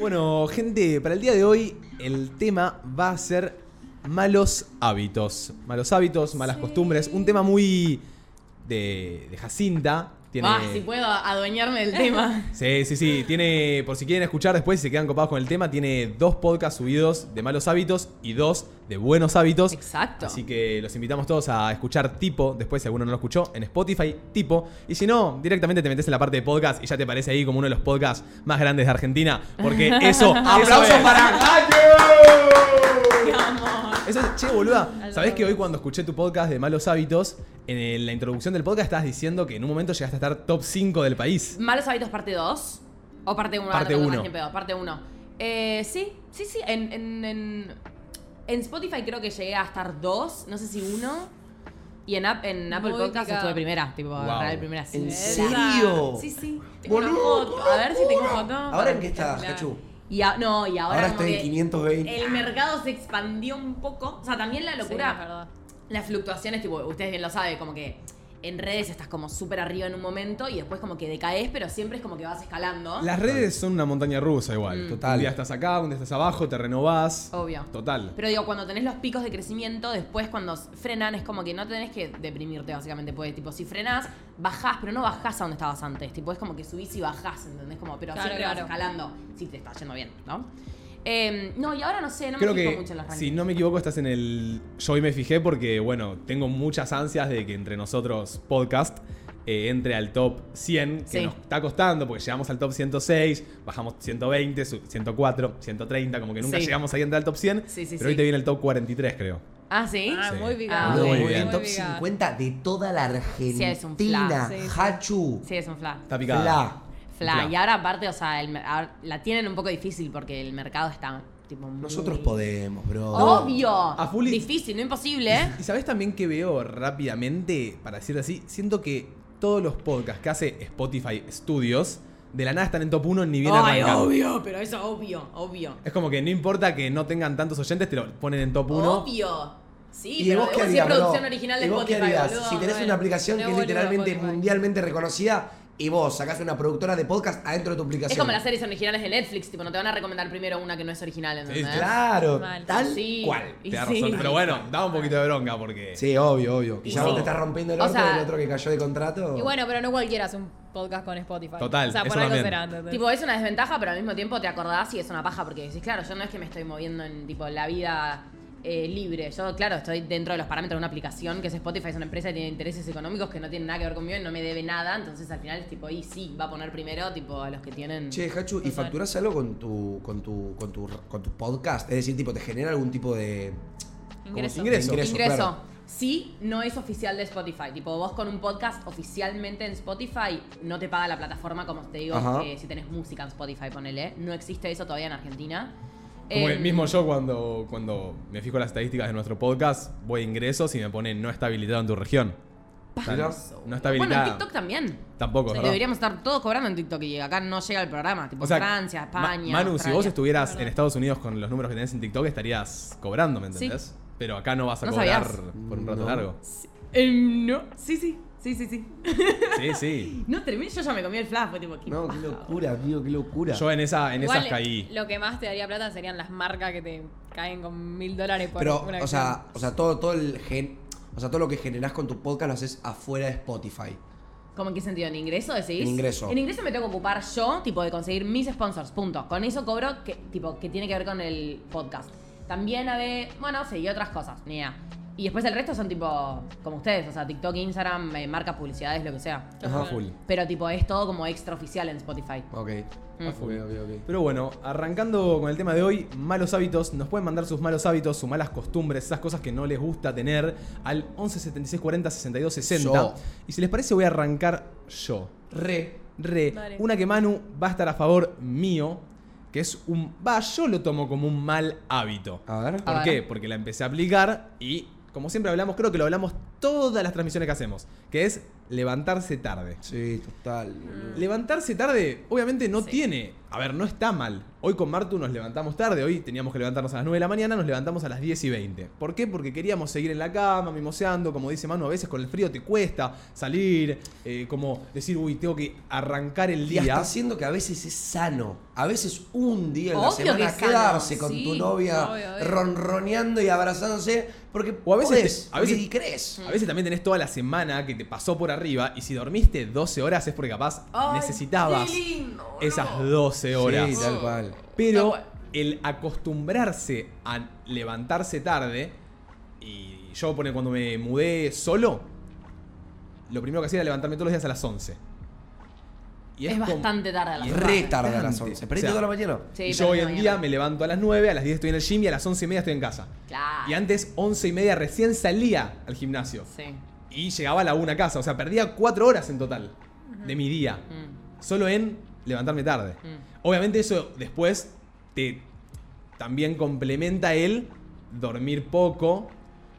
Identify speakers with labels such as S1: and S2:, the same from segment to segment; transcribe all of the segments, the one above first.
S1: Bueno, gente, para el día de hoy el tema va a ser malos hábitos. Malos hábitos, malas costumbres. Un tema muy de, de Jacinta. Tiene,
S2: Ah, si puedo adueñarme del tema.
S1: Sí, sí, sí. Tiene, por si quieren escuchar después, si se quedan copados con el tema, tiene dos podcasts subidos de malos hábitos y dos de buenos hábitos.
S2: Exacto.
S1: Así que los invitamos todos a escuchar Tipo, después si alguno no lo escuchó, en Spotify, Tipo. Y si no, directamente te metes en la parte de podcast y ya te parece ahí como uno de los podcasts más grandes de Argentina. Porque eso, aplausos
S3: es.
S1: para Nacho.
S2: Qué amor.
S1: Eso es, che, boluda, ¿sabés que hoy cuando escuché tu podcast de Malos Hábitos, en la introducción del podcast estabas diciendo que en un momento llegaste a estar top 5 del país?
S2: Malos hábitos parte 2 o parte 1.
S1: Parte uno.
S2: Parte 1. Eh, sí, sí, sí. En, en, en, en Spotify creo que llegué a estar 2, no sé si 1. Y en, App- en Apple
S4: Muy
S2: Podcast
S4: picada.
S2: estuve primera, tipo,
S1: Wow.
S2: real primera. sí.
S3: ¿En
S2: Sí,
S3: serio?
S2: Sí, sí. Tengo una
S3: Boludo,
S2: foto.
S3: qué
S2: A ver si tengo
S3: locura.
S2: foto.
S3: ¿Ahora en qué estás, Cachu?
S2: Y a- no, y ahora,
S3: Ahora
S2: como
S3: estoy en
S2: que
S3: 520.
S2: El mercado se expandió un poco. O sea, también la
S4: Sí,
S2: locura.
S4: es verdad.
S2: las fluctuaciones, tipo, ustedes bien lo saben, como que en redes estás como súper arriba en un momento y después como que decaes, pero siempre es como que vas escalando.
S1: Las redes son una montaña rusa
S2: Mm.
S1: igual.
S3: Total.
S1: Un día estás acá, un día estás abajo, te renovás.
S2: Obvio.
S1: Total.
S2: Pero digo, cuando tenés los picos de crecimiento, después cuando s- frenan es como que no tenés que deprimirte básicamente, porque tipo, si frenás, bajás, pero no bajás a donde estabas antes. Tipo, es como que subís y bajás, ¿entendés? Como, pero
S4: Claro,
S2: siempre vas
S4: claro.
S2: escalando si te está yendo bien, ¿no? Eh, no, y ahora no sé, no
S1: Creo
S2: me fijo
S1: que,
S2: mucho en los rankings.
S1: si no me equivoco, estás en el... Yo hoy me fijé porque, bueno, tengo muchas ansias de que entre nosotros podcast eh, entre al top 100, que
S2: Sí.
S1: nos está costando, porque llegamos al top 106, bajamos 120, su- 104, 130, como que nunca
S2: Sí.
S1: llegamos ahí entrar al top 100,
S2: Sí, sí,
S1: pero
S2: sí.
S1: hoy te viene el top 43, creo.
S2: Ah, ¿sí?
S4: Ah,
S1: Sí.
S4: muy
S2: Ah,
S4: vigado.
S3: Boludo,
S1: muy
S3: boludo,
S1: bien.
S3: en top
S4: Muy vigado.
S3: 50 de toda la
S2: Sí,
S3: Argentina.
S2: es un flan,
S4: sí, sí.
S3: Hachu.
S2: Sí, es un fla.
S1: Está picada.
S3: Fla.
S2: Fla,
S1: Fla.
S2: y ahora aparte, o sea, el mer- ahora la tienen un poco difícil porque el mercado está tipo muy-
S3: Nosotros podemos, bro.
S2: Obvio.
S1: A full-
S2: Difícil, no imposible, ¿eh?
S1: Y sabes también que veo rápidamente, para decirlo así, siento que todos los podcasts que hace Spotify Studios de la nada están en top 1 ni bien
S2: Ay,
S1: arrancan.
S2: obvio, pero eso obvio, obvio.
S1: Es como que no importa que no tengan tantos oyentes, te lo ponen en top 1.
S2: Obvio. Sí,
S3: ¿Y
S2: pero
S3: vos
S2: de
S3: qué
S2: última
S3: harías,
S2: es producción
S3: bro?
S2: original de
S3: ¿Y vos qué
S2: Spotify,
S3: harías?
S2: boludo.
S3: Si tenés
S4: bueno.
S3: una aplicación que
S4: Me
S3: es
S4: vuelvo
S3: literalmente
S4: Spotify.
S3: mundialmente reconocida y vos sacás una productora de podcast adentro de tu aplicación.
S2: Es como las series originales de Netflix, tipo, no te van a recomendar primero una que no es original, ¿entendés?
S3: Claro,
S4: Mal.
S3: tal
S2: Sí.
S3: cual.
S2: Y
S1: Te da
S2: sí.
S1: razón. Pero bueno, da un poquito de bronca porque.
S3: Sí, obvio, obvio. Y ya
S2: Sí.
S3: vos te estás rompiendo el
S2: O
S3: orto
S2: sea-
S3: del otro que cayó de contrato.
S4: Y bueno, pero no cualquiera hace un podcast con Spotify.
S1: Total,
S4: O sea, por
S1: eso
S4: algo
S1: también.
S4: será. ¿entendés?
S2: Tipo, es una desventaja, pero al mismo tiempo te acordás y es una paja porque decís, claro, yo no es que me estoy moviendo en tipo la vida eh, libre. Yo, claro, estoy dentro de los parámetros de una aplicación que es Spotify, es una empresa que tiene intereses económicos que no tienen nada que ver conmigo y no me debe nada. Entonces al final es tipo, y sí, va a poner primero tipo a los que tienen.
S3: Che, Hachu, ¿y facturás algo con tu, con tu, con tu, con tu podcast? Es decir, tipo, ¿te genera algún tipo de
S4: Ingreso.
S3: ¿Cómo se dice?
S1: Ingreso,
S2: Ingreso.
S3: claro.
S2: Sí, no es oficial de Spotify. Tipo, vos con un podcast oficialmente en Spotify no te paga la plataforma, como te digo,
S3: Ajá.
S2: eh, si tenés música en Spotify, ponele. No existe eso todavía en Argentina.
S1: Como que
S2: Em,
S1: mismo yo cuando, cuando me fijo las estadísticas de nuestro podcast, voy a ingresos y me ponen no está habilitado en tu región.
S3: Mirá.
S1: No está
S2: Bueno, en
S1: habilitado.
S2: TikTok también.
S1: Tampoco,
S2: Sí,
S1: ¿verdad?
S2: deberíamos estar todos cobrando en TikTok y acá no llega el programa. Tipo
S1: O sea,
S2: Francia, España.
S1: Ma- Manu, si
S2: Australia.
S1: vos estuvieras en Estados Unidos con los números que tenés en TikTok, estarías cobrando, ¿me
S2: Sí.
S1: entendés? Pero acá no vas a
S2: No
S1: cobrar
S2: sabías.
S1: por un rato
S3: No.
S1: largo.
S2: Eh, no. Sí, sí. Sí, sí, sí.
S1: Sí, sí.
S2: No, tremendo. Yo ya me comí el flash. Fue tipo, qué
S3: No,
S2: paja,
S3: qué locura, amigo, qué locura.
S1: Yo eh, en, esa, en
S4: Igual,
S1: esas caí.
S4: Lo que más te daría plata serían las marcas que te caen con mil dólares por
S3: Pero,
S4: una
S3: o
S4: acción.
S3: sea, o sea, todo, todo el gen. O sea, todo lo que generás con tu podcast lo haces afuera de Spotify.
S2: ¿Cómo en qué sentido? ¿En ingreso decís?
S3: En ingreso.
S2: En ingreso me tengo que ocupar yo, tipo, de conseguir mis sponsors, punto. Con eso cobro, que, tipo, que tiene que ver con el podcast. También a ver, bueno, sí, y otras cosas, ni idea. Y después el resto son tipo, como ustedes, o sea, TikTok, Instagram, eh, marcas, publicidades, lo que sea.
S1: Ajá, full.
S2: Pero tipo, es todo como extra oficial en Spotify.
S3: Ok.
S2: Mm.
S3: Ok, ok, ok.
S1: Pero bueno, arrancando con el tema de hoy, malos hábitos, nos pueden mandar sus malos hábitos, sus malas costumbres, esas cosas que no les gusta tener al 11 76 40 62 60.
S3: Yo.
S1: Y si les parece voy a arrancar yo.
S3: Re.
S1: Re,
S4: Dale.
S1: una que Manu va a estar a favor mío, que es un va, yo lo tomo como un mal hábito.
S3: A ver.
S2: A
S1: ¿Por
S2: ver.
S1: qué? Porque la empecé a aplicar y como siempre hablamos, creo que lo hablamos todas las transmisiones que hacemos, que es levantarse tarde.
S3: Sí, total. boludo.
S1: Levantarse tarde, obviamente no tiene. A ver, no está mal. Hoy con Martu nos levantamos tarde. Hoy teníamos que levantarnos a las 9 de la mañana, nos levantamos a las 10 y 20. ¿Por qué? Porque queríamos seguir en la cama, mimoseando. Como dice Manu, a veces con el frío te cuesta salir. eh, como decir, uy, tengo que arrancar el
S3: Y
S1: día.
S3: hasta siendo que a veces es sano. A veces un día en la
S2: Obvio que
S3: semana
S2: es sano,
S3: quedarse con
S4: sí,
S3: tu novia
S4: obvio, obvio.
S3: ronroneando y abrazándose. Porque
S1: O a veces
S3: podés,
S1: te- a veces-
S3: y crees.
S1: A veces también tenés toda la semana que te pasó por arriba. Y si dormiste 12 horas es porque capaz necesitabas esas 12 horas.
S3: Sí, tal cual.
S1: Pero el acostumbrarse a levantarse tarde, y yo pone cuando me mudé solo, lo primero que hacía era levantarme todos los días a las 11. Y
S2: Es
S1: como-
S2: bastante tarde a las
S1: y es
S2: Claro.
S3: Re tarde a las
S1: bastante.
S3: 11. Pero
S1: O sea,
S3: toda la mañana.
S2: Sí,
S1: y
S2: pero
S1: yo hoy
S2: no,
S1: en
S2: ya
S1: día
S2: no.
S1: me levanto a las 9, a las 10 estoy en el gym y a las 11 y media estoy en casa.
S2: Claro.
S1: Y antes, 11 y media recién salía al gimnasio.
S2: Sí.
S1: Y llegaba a la 1 a casa. O sea, perdía 4 horas en total de mi día
S2: Mm,
S1: solo en levantarme tarde.
S2: Mm.
S1: Obviamente eso después te también complementa el dormir poco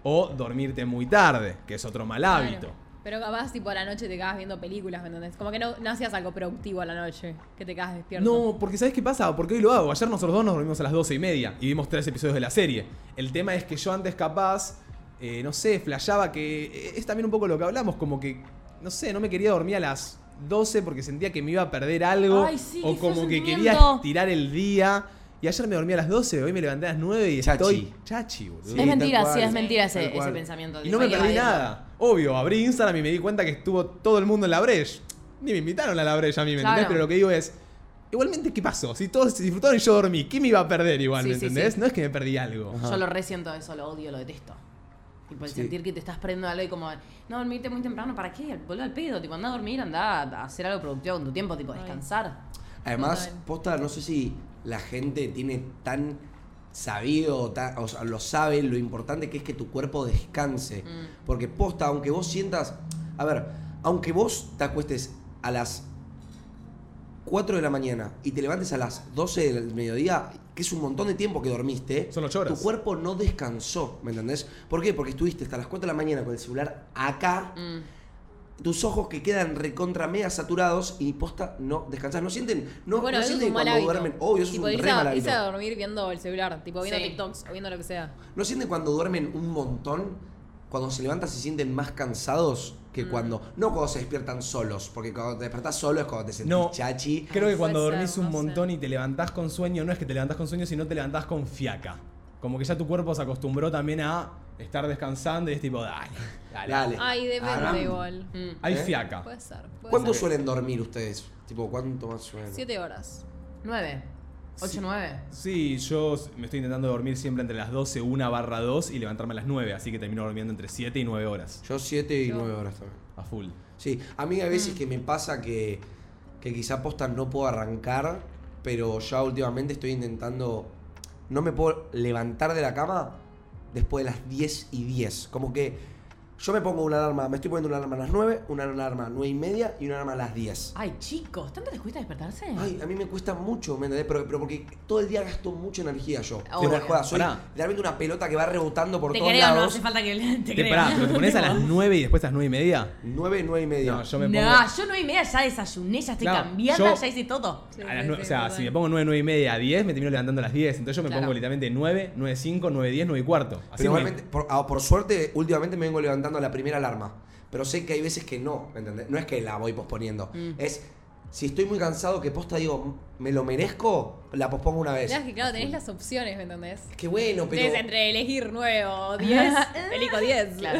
S1: o dormirte muy tarde, que es otro mal
S4: Claro.
S1: hábito.
S4: Pero capaz, tipo, a la noche te quedas viendo películas, ¿me entendés? Como que no, no hacías algo productivo a la noche, que te quedas despierto.
S1: No, porque ¿sabes qué pasa? Porque hoy lo hago. Ayer nosotros dos nos dormimos a las 12 y media y vimos tres episodios de la serie. El tema es que yo antes capaz, eh, no sé, flashaba que eh, es también un poco lo que hablamos, como que, no sé, no me quería dormir a las 12 porque sentía que me iba a perder algo
S2: Ay, sí,
S1: o
S2: qué
S1: como que quería
S2: sentimiento.
S1: estirar el día. Y ayer me dormí a las 12, hoy me levanté a las 9 y
S3: Chachi.
S1: estoy chachi, boludo.
S3: Sí,
S2: es mentira,
S3: tal cual.
S2: sí, es mentira
S3: Tal
S2: ese,
S3: cual.
S2: ese pensamiento.
S1: Y no me
S2: Digo,
S1: perdí
S2: ahí va,
S1: nada. Obvio, abrí Instagram y me di cuenta que estuvo todo el mundo en la Breche. Ni me invitaron a la Breche a mí, ¿me
S2: Claro.
S1: entendés? Pero lo que digo es, igualmente, ¿qué pasó? Si todos se disfrutaron y yo dormí, ¿qué me iba a perder igual,
S2: Sí,
S1: ¿me
S2: sí,
S1: entendés?
S2: sí.
S1: No es que me perdí algo.
S3: Ajá.
S2: Yo lo resiento eso, lo odio, lo detesto. Tipo, el
S3: Sí.
S2: sentir que te estás perdiendo algo y como, no dormirte muy temprano, ¿para qué? Boludo al pedo, tipo, anda a dormir, anda a hacer algo productivo con tu tiempo, tipo,
S4: Ay.
S2: descansar.
S3: Además,
S4: Total.
S3: posta, no sé si la gente tiene tan sabido, o ta- o sea, lo sabe lo importante que es que tu cuerpo descanse. Porque posta, aunque vos sientas, a ver, aunque vos te acuestes a las 4 de la mañana y te levantes a las 12 del mediodía, que es un montón de tiempo que dormiste,
S1: Son ocho horas.
S3: tu cuerpo no descansó, ¿me entendés? ¿Por qué? Porque estuviste hasta las 4 de la mañana con el celular acá
S2: Mm.
S3: tus ojos que quedan recontra mega saturados y posta no descansás. No sienten, no,
S4: bueno,
S3: no
S4: eso es
S3: sienten
S4: un
S3: que
S4: mal
S3: cuando
S4: hábito.
S3: duermen. Obvio, eso
S4: tipo,
S3: es un
S4: irse,
S3: re
S4: a-
S3: mal
S4: irse
S3: hábito.
S4: a dormir viendo el celular, tipo, viendo
S2: Sí.
S4: TikToks o viendo lo que sea.
S3: ¿No sienten cuando duermen un montón? Cuando se levantan se sienten más cansados
S4: Mm.
S3: que cuando. No cuando se despiertan solos, porque cuando te despertás solo es cuando te sentís
S1: No.
S3: chachi.
S1: Creo que
S4: Ay,
S1: cuando
S4: puede
S1: dormís
S4: ser,
S1: un
S4: no sé.
S1: montón y te levantás con sueño, no es que te levantás con sueño, sino te levantás con fiaca. Como que ya tu cuerpo se acostumbró también a estar descansando y es tipo, dale, dale.
S3: Dale.
S4: Ay, depende
S3: Aram.
S4: igual.
S2: Mm.
S1: Hay
S3: ¿Eh?
S1: fiaca.
S4: Puede ser. Puede
S3: ¿Cuánto
S4: ser.
S3: suelen dormir ustedes? Tipo, ¿cuánto más suelen?
S4: Siete horas.
S2: Nueve. Ocho,
S1: Sí.
S2: nueve.
S1: Sí, yo s- me estoy intentando dormir siempre entre las 12, 1 barra 2 y levantarme a las 9, así que termino durmiendo entre 7 y 9 horas.
S3: Yo siete y
S4: Yo-
S3: nueve horas también.
S1: A full.
S3: Sí, a mí hay
S2: Mm.
S3: veces que me pasa que, que quizá posta no puedo arrancar, pero ya últimamente estoy intentando. No me puedo levantar de la cama después de las 10 y 10. Como que yo me pongo una alarma, me estoy poniendo una alarma a las 9, una alarma a las 9 y media y una alarma a las 10.
S2: Ay, chicos, ¿tanto les cuesta despertarse?
S3: Ay, a mí me cuesta mucho, ¿me entendés? Pero, pero porque todo el día gasto mucha energía yo.
S2: Obvio.
S3: Pero, joda, soy
S1: Pará.
S3: literalmente una pelota que va rebotando por
S2: te
S3: todos
S2: creo, no
S3: lados.
S2: hace falta que te
S1: Te,
S2: creo.
S1: pará, pero te pones a las 9 y después a las 9 y media.
S3: 9, 9 y media.
S1: No, yo me pongo.
S2: No, yo nueve y media ya desayuné, ya estoy
S1: Claro,
S2: cambiada,
S1: yo-
S2: ya hice todo.
S4: Sí,
S1: a las
S4: sí,
S1: nue- o
S4: sí,
S1: sea,
S4: total.
S1: si me pongo 9, 9 y media a 10, me termino levantando a las 10. Entonces yo me
S2: Claro.
S1: pongo literalmente 9, 9, 5, 9, 10, 9 y cuarto. Así
S3: Pero
S1: me-
S3: igualmente, por, ah, por suerte, últimamente me vengo levantando a la primera alarma. Pero sé que hay veces que no, ¿me ¿entendés? No es que la voy posponiendo.
S4: Mm.
S3: Es, si estoy muy cansado, que posta digo, me lo merezco, la pospongo una vez.
S4: Mirá que claro, tenés las opciones, ¿me entendés?
S3: Es que bueno,
S4: Tenés
S3: pero...
S4: entre elegir nueve o diez, elijo diez.
S2: Claro.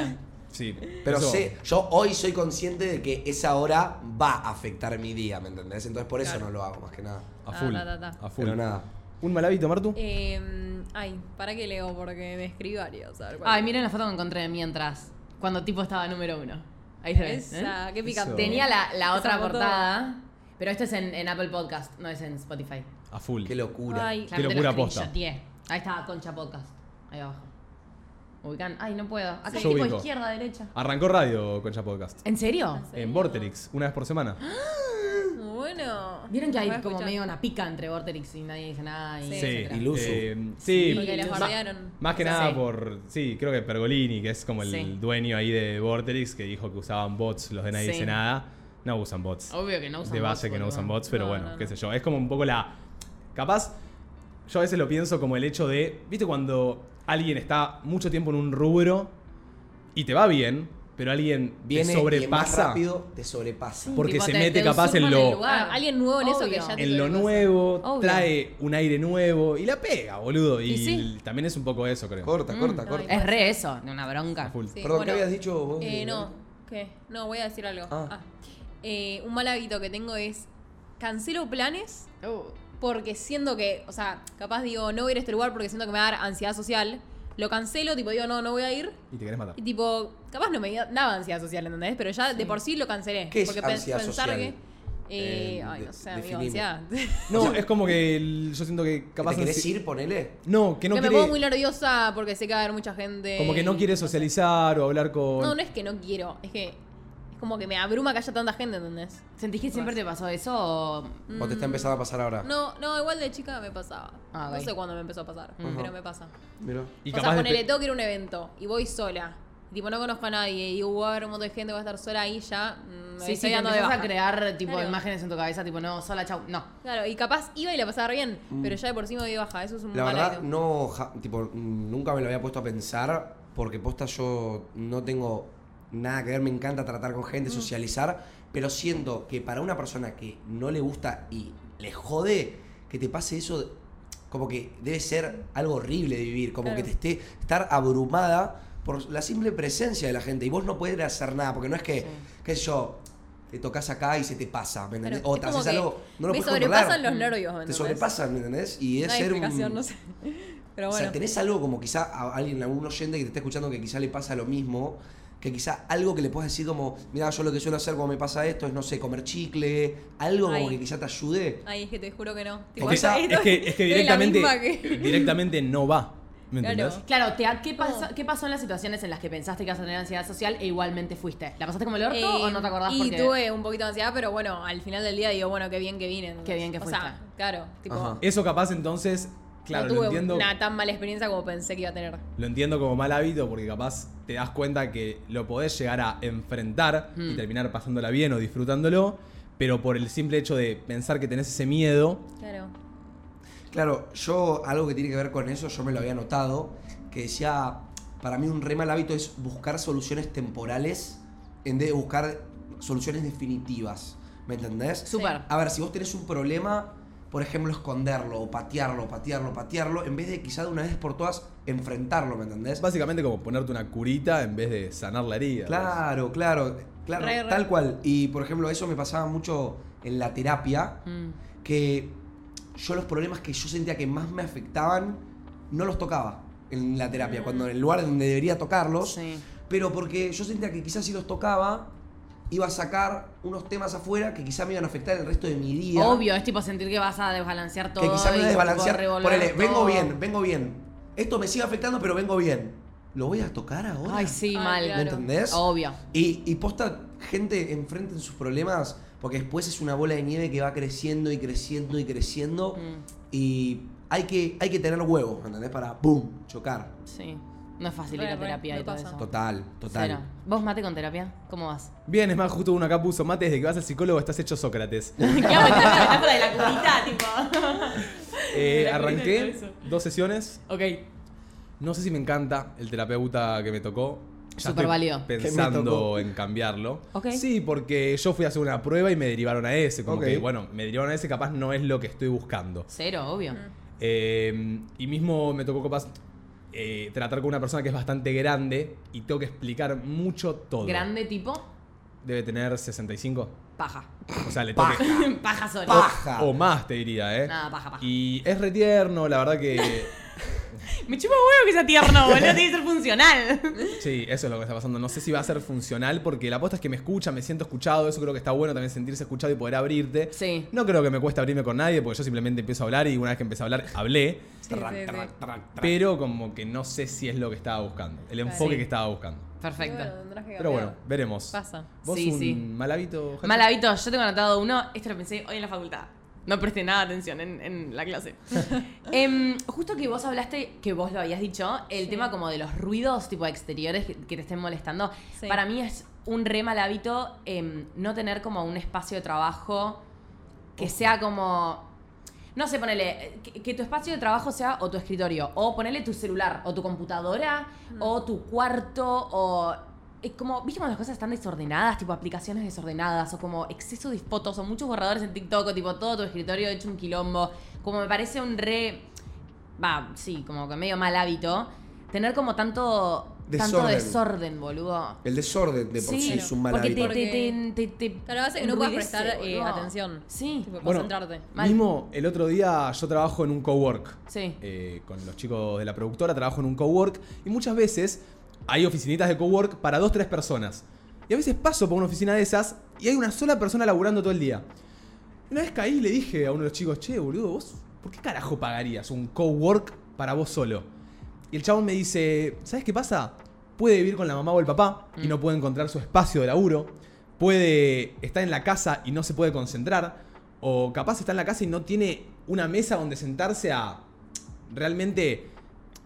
S1: Sí.
S3: Pero
S1: eso.
S3: sé, yo hoy soy consciente de que esa hora va a afectar mi día, ¿me entendés? Entonces por eso
S4: Claro.
S3: no lo hago, más que nada.
S1: A
S4: Ta,
S1: full.
S4: ta, ta, ta.
S1: A full.
S3: Pero nada.
S1: ¿Un mal hábito, Martu?
S4: Eh, ay, ¿para qué leo? Porque me escribí varios. a ver cuál.
S2: Ay, miren la foto que encontré mientras, cuando tipo estaba número uno. Ahí se ve. ¿eh?
S4: Esa, qué picante.
S1: Eso.
S2: Tenía la, la
S4: Esa
S2: otra
S4: foto.
S2: portada, pero esto es en, en Apple Podcast, no es en Spotify.
S1: A full.
S3: Qué locura.
S4: Ay,
S1: Qué locura posta.
S2: screenshoteé. Ahí está Concha Podcast, ahí abajo. Ubican. Ay, no puedo. Acá
S1: Sí.
S2: hay
S1: Yo
S2: tipo
S1: ubico.
S2: izquierda, derecha.
S1: Arrancó radio Concha Podcast.
S2: ¿En serio?
S1: En Vorterix, una vez por semana.
S4: Bueno, bueno.
S2: Vieron que hay
S4: Voy a
S2: como
S4: escuchar.
S2: medio una pica entre Vorterix y nadie dice nada. Y
S4: Sí.
S1: Sí,
S2: etcétera.
S3: Iluso.
S1: eh,
S2: Sí,
S1: sí,
S4: Porque les
S2: ma-
S4: bardearon.
S1: Más que
S2: O sea,
S1: nada
S2: sí.
S1: por, sí, creo que Pergolini, que es como el
S2: Sí.
S1: dueño ahí de Vorterix, que dijo que usaban bots, los de Nadie
S2: Sí.
S1: Dice Nada. No usan bots.
S2: Obvio que no usan
S1: de base
S2: bots,
S1: que no
S2: boludo.
S1: usan bots, pero
S4: No,
S1: bueno,
S4: no, no.
S1: qué sé yo. Es como un poco la... Capaz, yo a veces lo pienso como el hecho de, viste, cuando alguien está mucho tiempo en un rubro y te va bien, pero alguien te
S3: Viene y en más
S1: sobrepasa
S3: rápido, te sobrepasa.
S1: porque
S2: Tipo,
S1: se
S2: te-
S1: mete
S2: te
S1: capaz en
S2: usurpan el
S1: lo...
S2: lugar.
S4: Ah, alguien nuevo en eso que
S2: Obvio.
S4: ya te
S1: en lo
S4: conoce.
S1: nuevo,
S4: Obvio.
S1: trae un aire nuevo y la pega, boludo. Y,
S4: Y sí.
S1: también es un poco eso, creo.
S3: Corta, corta,
S4: Mm.
S3: corta.
S4: Ay,
S2: Es re eso, de una bronca.
S1: A full.
S4: Sí,
S3: Perdón, ¿qué
S4: bueno,
S3: habías dicho
S1: Ah.
S3: vos?
S4: Eh,
S3: Miguel?
S4: no, ¿qué? No, voy a decir algo.
S3: Ah.
S4: Ah. Eh, un mal hábito que tengo es cancelo planes
S2: Uh.
S4: porque siento que, o sea, capaz digo, no voy a ir a este lugar porque siento que me va a dar ansiedad social. Lo cancelo, tipo, digo, no, no voy a ir.
S1: Y te querés matar.
S4: Y tipo, capaz no me daba ansiedad social, ¿entendés? Pero ya de por sí lo cancelé.
S3: ¿Qué es
S4: porque
S3: ansiedad social?
S4: eh,
S3: Eh,
S4: ay,
S3: de-
S4: no sé, amigo,
S3: definime.
S4: ansiedad.
S1: No, es como que el- yo siento que
S3: ¿Que
S1: capaz...
S3: ¿Te querés
S1: ansi-
S3: ir? Ponele.
S1: No, que no
S4: que me
S1: quiere...
S4: pongo muy nerviosa porque sé que va a haber mucha gente.
S1: Como que no
S4: y-
S1: quiere socializar o hablar con...
S4: No, no es que no quiero, es que es como que me abruma que haya tanta gente, ¿entendés?
S2: ¿Sentís que siempre te pasó eso o
S3: ¿O te está empezando a pasar ahora?
S4: Mm. No, no, igual de chica me pasaba.
S2: Ah,
S4: no
S2: ok.
S4: sé cuándo me empezó a pasar,
S3: Ajá.
S4: pero me pasa.
S3: Mirá.
S1: Y
S4: o
S1: capaz
S4: sea,
S1: de
S4: ponele,
S1: pe-
S4: tengo que ir a un evento y voy sola. Y, Tipo, no conozco a nadie y digo, va a haber un montón de gente, voy a estar sola ahí ya. mm, Me
S2: Sí, sí,
S4: estoy
S2: te
S4: dando de
S2: empezás a
S4: baja.
S2: crear tipo
S4: Claro.
S2: imágenes en tu cabeza, tipo, no, sola, chau. No.
S4: Claro, y capaz iba y la pasaba re bien, pero ya de por sí me doy de baja. Eso es un
S3: Mm. La
S4: mal
S3: verdad,
S4: hábito.
S3: no, ja- tipo, mm, nunca me lo había puesto a pensar, porque posta yo no tengo nada que ver, me encanta tratar con
S4: Mm.
S3: gente, socializar, pero siento que para una persona que no le gusta y le jode, que te pase eso, como que debe ser algo horrible de vivir, como
S4: Claro.
S3: que te esté, estar abrumada por la simple presencia de la gente, y vos no podés hacer nada, porque no es que, qué sé yo, te tocas acá y se te pasa, ¿me
S4: Claro,
S3: entendés? O
S4: es
S3: te
S4: como
S3: haces
S4: que
S3: algo, no lo
S4: me
S3: puedes
S4: sobrepasan
S3: controlar.
S4: los nervios, ¿me
S3: Te
S4: entendés?
S3: sobrepasan, ¿me entendés? Y
S4: No
S3: es
S4: hay
S3: ser un-
S4: explicación, no sé. Pero
S3: o
S4: bueno.
S3: sea, tenés algo como quizá a alguien, algún oyente que te está escuchando que quizá le pasa lo mismo, que quizá algo que le puedas decir como, mira, yo lo que suelo hacer cuando me pasa esto es, no sé, comer chicle, algo como
S4: Ay.
S3: que quizá te ayude.
S4: Ay, es que te juro que no.
S1: Es
S4: Tipo,
S1: que,
S3: esa-
S1: es que, es que
S4: estoy la
S1: directamente,
S4: misma que-
S1: directamente no va. ¿Me
S4: Claro.
S1: entendés?
S2: Claro, te, ¿qué, pasó,
S4: No.
S2: ¿qué pasó en las situaciones en las que pensaste que ibas a tener ansiedad social e igualmente fuiste? ¿La pasaste como el orto o
S4: Eh,
S2: no te acordás
S4: Y
S2: porque
S4: tuve un poquito de ansiedad, pero bueno, al final del día digo, bueno, qué bien que vine. ¿entendés?
S2: Qué bien que
S4: O
S2: fuiste.
S4: sea, claro, tipo,
S3: Ajá.
S1: Eso capaz entonces, claro,
S4: no
S1: lo
S4: tuve
S1: entiendo.
S4: una tan mala experiencia como pensé que iba a tener.
S1: Lo entiendo como mal hábito porque capaz te das cuenta que lo podés llegar a enfrentar y
S4: Hmm.
S2: Mm.
S1: terminar pasándola bien o disfrutándolo, pero por el simple hecho de pensar que tenés ese miedo,
S4: Claro.
S3: Claro, yo algo que tiene que ver con eso, yo me lo había notado, que decía, para mí un re mal hábito es buscar soluciones temporales en vez de buscar soluciones definitivas. ¿Me entendés?
S2: Súper.
S3: A ver, si vos tenés un problema, por ejemplo, esconderlo, o patearlo, patearlo, patearlo, en vez de quizá de una vez por todas enfrentarlo, ¿me entendés?
S1: es básicamente como ponerte una curita en vez de sanar la herida.
S3: Claro, claro, claro,
S4: Re, re.
S3: tal cual. Y por ejemplo, eso me pasaba mucho en la terapia,
S2: Mm.
S3: que yo los problemas que yo sentía que más me afectaban, no los tocaba en la terapia, cuando en el lugar donde debería tocarlos,
S2: Sí.
S3: pero porque yo sentía que quizás si los tocaba, iba a sacar unos temas afuera que quizás me iban a afectar el resto de mi día.
S2: Obvio, es tipo sentir que vas a desbalancear todo.
S3: Que
S2: y,
S3: quizás me voy a
S2: tipo,
S3: desbalancear.
S2: revolver
S3: Ponele, vengo
S2: todo.
S3: bien, vengo bien. Esto me sigue afectando, pero vengo bien. ¿Lo voy a tocar ahora?
S2: Ay, sí,
S4: Ay,
S2: mal.
S4: claro.
S3: ¿Me entendés?
S2: Obvio.
S3: Y, y posta, gente enfrenten sus problemas, porque después es una bola de nieve que va creciendo y creciendo y creciendo.
S2: Mm,
S3: Y hay que, hay que tener huevos, ¿me ¿entendés? Para, ¡boom!, chocar.
S2: sí. No es fácil
S4: Re,
S2: ir a
S4: re,
S2: terapia
S4: me
S2: y todo
S4: pasa.
S2: eso.
S3: Total, total.
S2: Cero. ¿Vos mate con terapia? ¿Cómo vas?
S1: Bien, es más, justo uno acá puso, mate, desde que vas al psicólogo estás hecho Sócrates.
S2: Claro, está la metáfora de la curita,
S1: Eh,
S2: tipo. Me la curita de
S1: arranqué
S2: todo eso.
S1: dos sesiones,
S2: Ok.
S1: No sé si me encanta el terapeuta que me tocó. Ya
S2: Súper
S1: estoy
S2: válido.
S3: Que me
S1: Pensando
S3: tocó.
S1: en cambiarlo.
S2: Ok.
S1: Sí, porque yo fui a hacer una prueba y me derivaron a ese. Como
S3: Ok.
S1: que, bueno, me derivaron a ese, capaz no es lo que estoy buscando.
S2: Cero, obvio.
S1: Eh, y mismo me tocó, capaz, eh, tratar con una persona que es bastante grande y tengo que explicar mucho todo.
S2: Grande tipo,
S1: Debe tener 65.
S2: paja.
S1: O sea, le toque.
S2: paja sobre.
S3: Paja.
S1: O más, te diría, ¿eh?
S2: Nada, paja, paja.
S1: Y es retierno, la verdad que.
S2: Me chupa un huevo que sea tierno, boludo. Tiene que ser funcional.
S1: Sí, eso es lo que está pasando. No sé si va a ser funcional porque la aposta es que me escucha, me siento escuchado. Eso creo que está bueno también sentirse escuchado y poder abrirte.
S2: Sí.
S1: No creo que me cueste abrirme con nadie porque yo simplemente empiezo a hablar y una vez que empecé a hablar, hablé.
S4: Sí, sí, sí.
S1: Pero como que no sé si es lo que estaba buscando. El enfoque
S2: Sí.
S1: que estaba buscando.
S2: Perfecto.
S4: Bueno, tendrás que
S1: Pero
S4: cambiar.
S1: bueno, veremos.
S4: Pasa.
S1: ¿Vos
S2: Sí,
S1: un
S2: sí.
S1: mal hábito? Hachi?
S2: Mal hábito, yo tengo anotado uno, esto lo pensé hoy en la facultad. No presté nada de atención en, en la clase. Em, justo que vos hablaste, que vos lo habías dicho, el
S4: Sí.
S2: tema como de los ruidos tipo exteriores que, que te estén molestando.
S4: Sí.
S2: Para mí es un re mal hábito em, no tener como un espacio de trabajo que sea como... No sé, ponele, eh, que, que tu espacio de trabajo sea o tu escritorio, o ponele tu celular, o tu computadora, o tu cuarto, o... eh, Como, ¿viste cuando las cosas están desordenadas? Tipo aplicaciones desordenadas, o como exceso de fotos, o muchos borradores en TikTok, o tipo todo tu escritorio hecho un quilombo. Como me parece un re... Va, sí, como que medio mal hábito. Tener como tanto... Tanto
S3: Desorden.
S2: desorden, boludo.
S3: El desorden de por sí, es un mal
S2: porque
S3: hábito.
S2: Te, te, te, te, te
S4: Claro, hace que no puedas
S2: enruidece,
S4: prestar eh,
S2: boludo.
S4: atención.
S2: Sí,
S4: Tipo,
S1: Bueno,
S4: concentrarte.
S2: Mal.
S1: Mimo, el otro día yo trabajo en un cowork.
S2: sí.
S1: eh, con los chicos de la productora, trabajo en un cowork y muchas veces hay oficinitas de cowork para dos, tres personas. Y a veces paso por una oficina de esas y hay una sola persona laburando todo el día. Una vez caí y le dije a uno de los chicos, che, boludo, vos, ¿por qué carajo pagarías un cowork para vos solo? Y el chabón me dice, ¿sabes qué pasa? Puede vivir con la mamá o el papá y no puede encontrar su espacio de laburo. Puede estar en la casa y no se puede concentrar. O capaz está en la casa y no tiene una mesa donde sentarse a realmente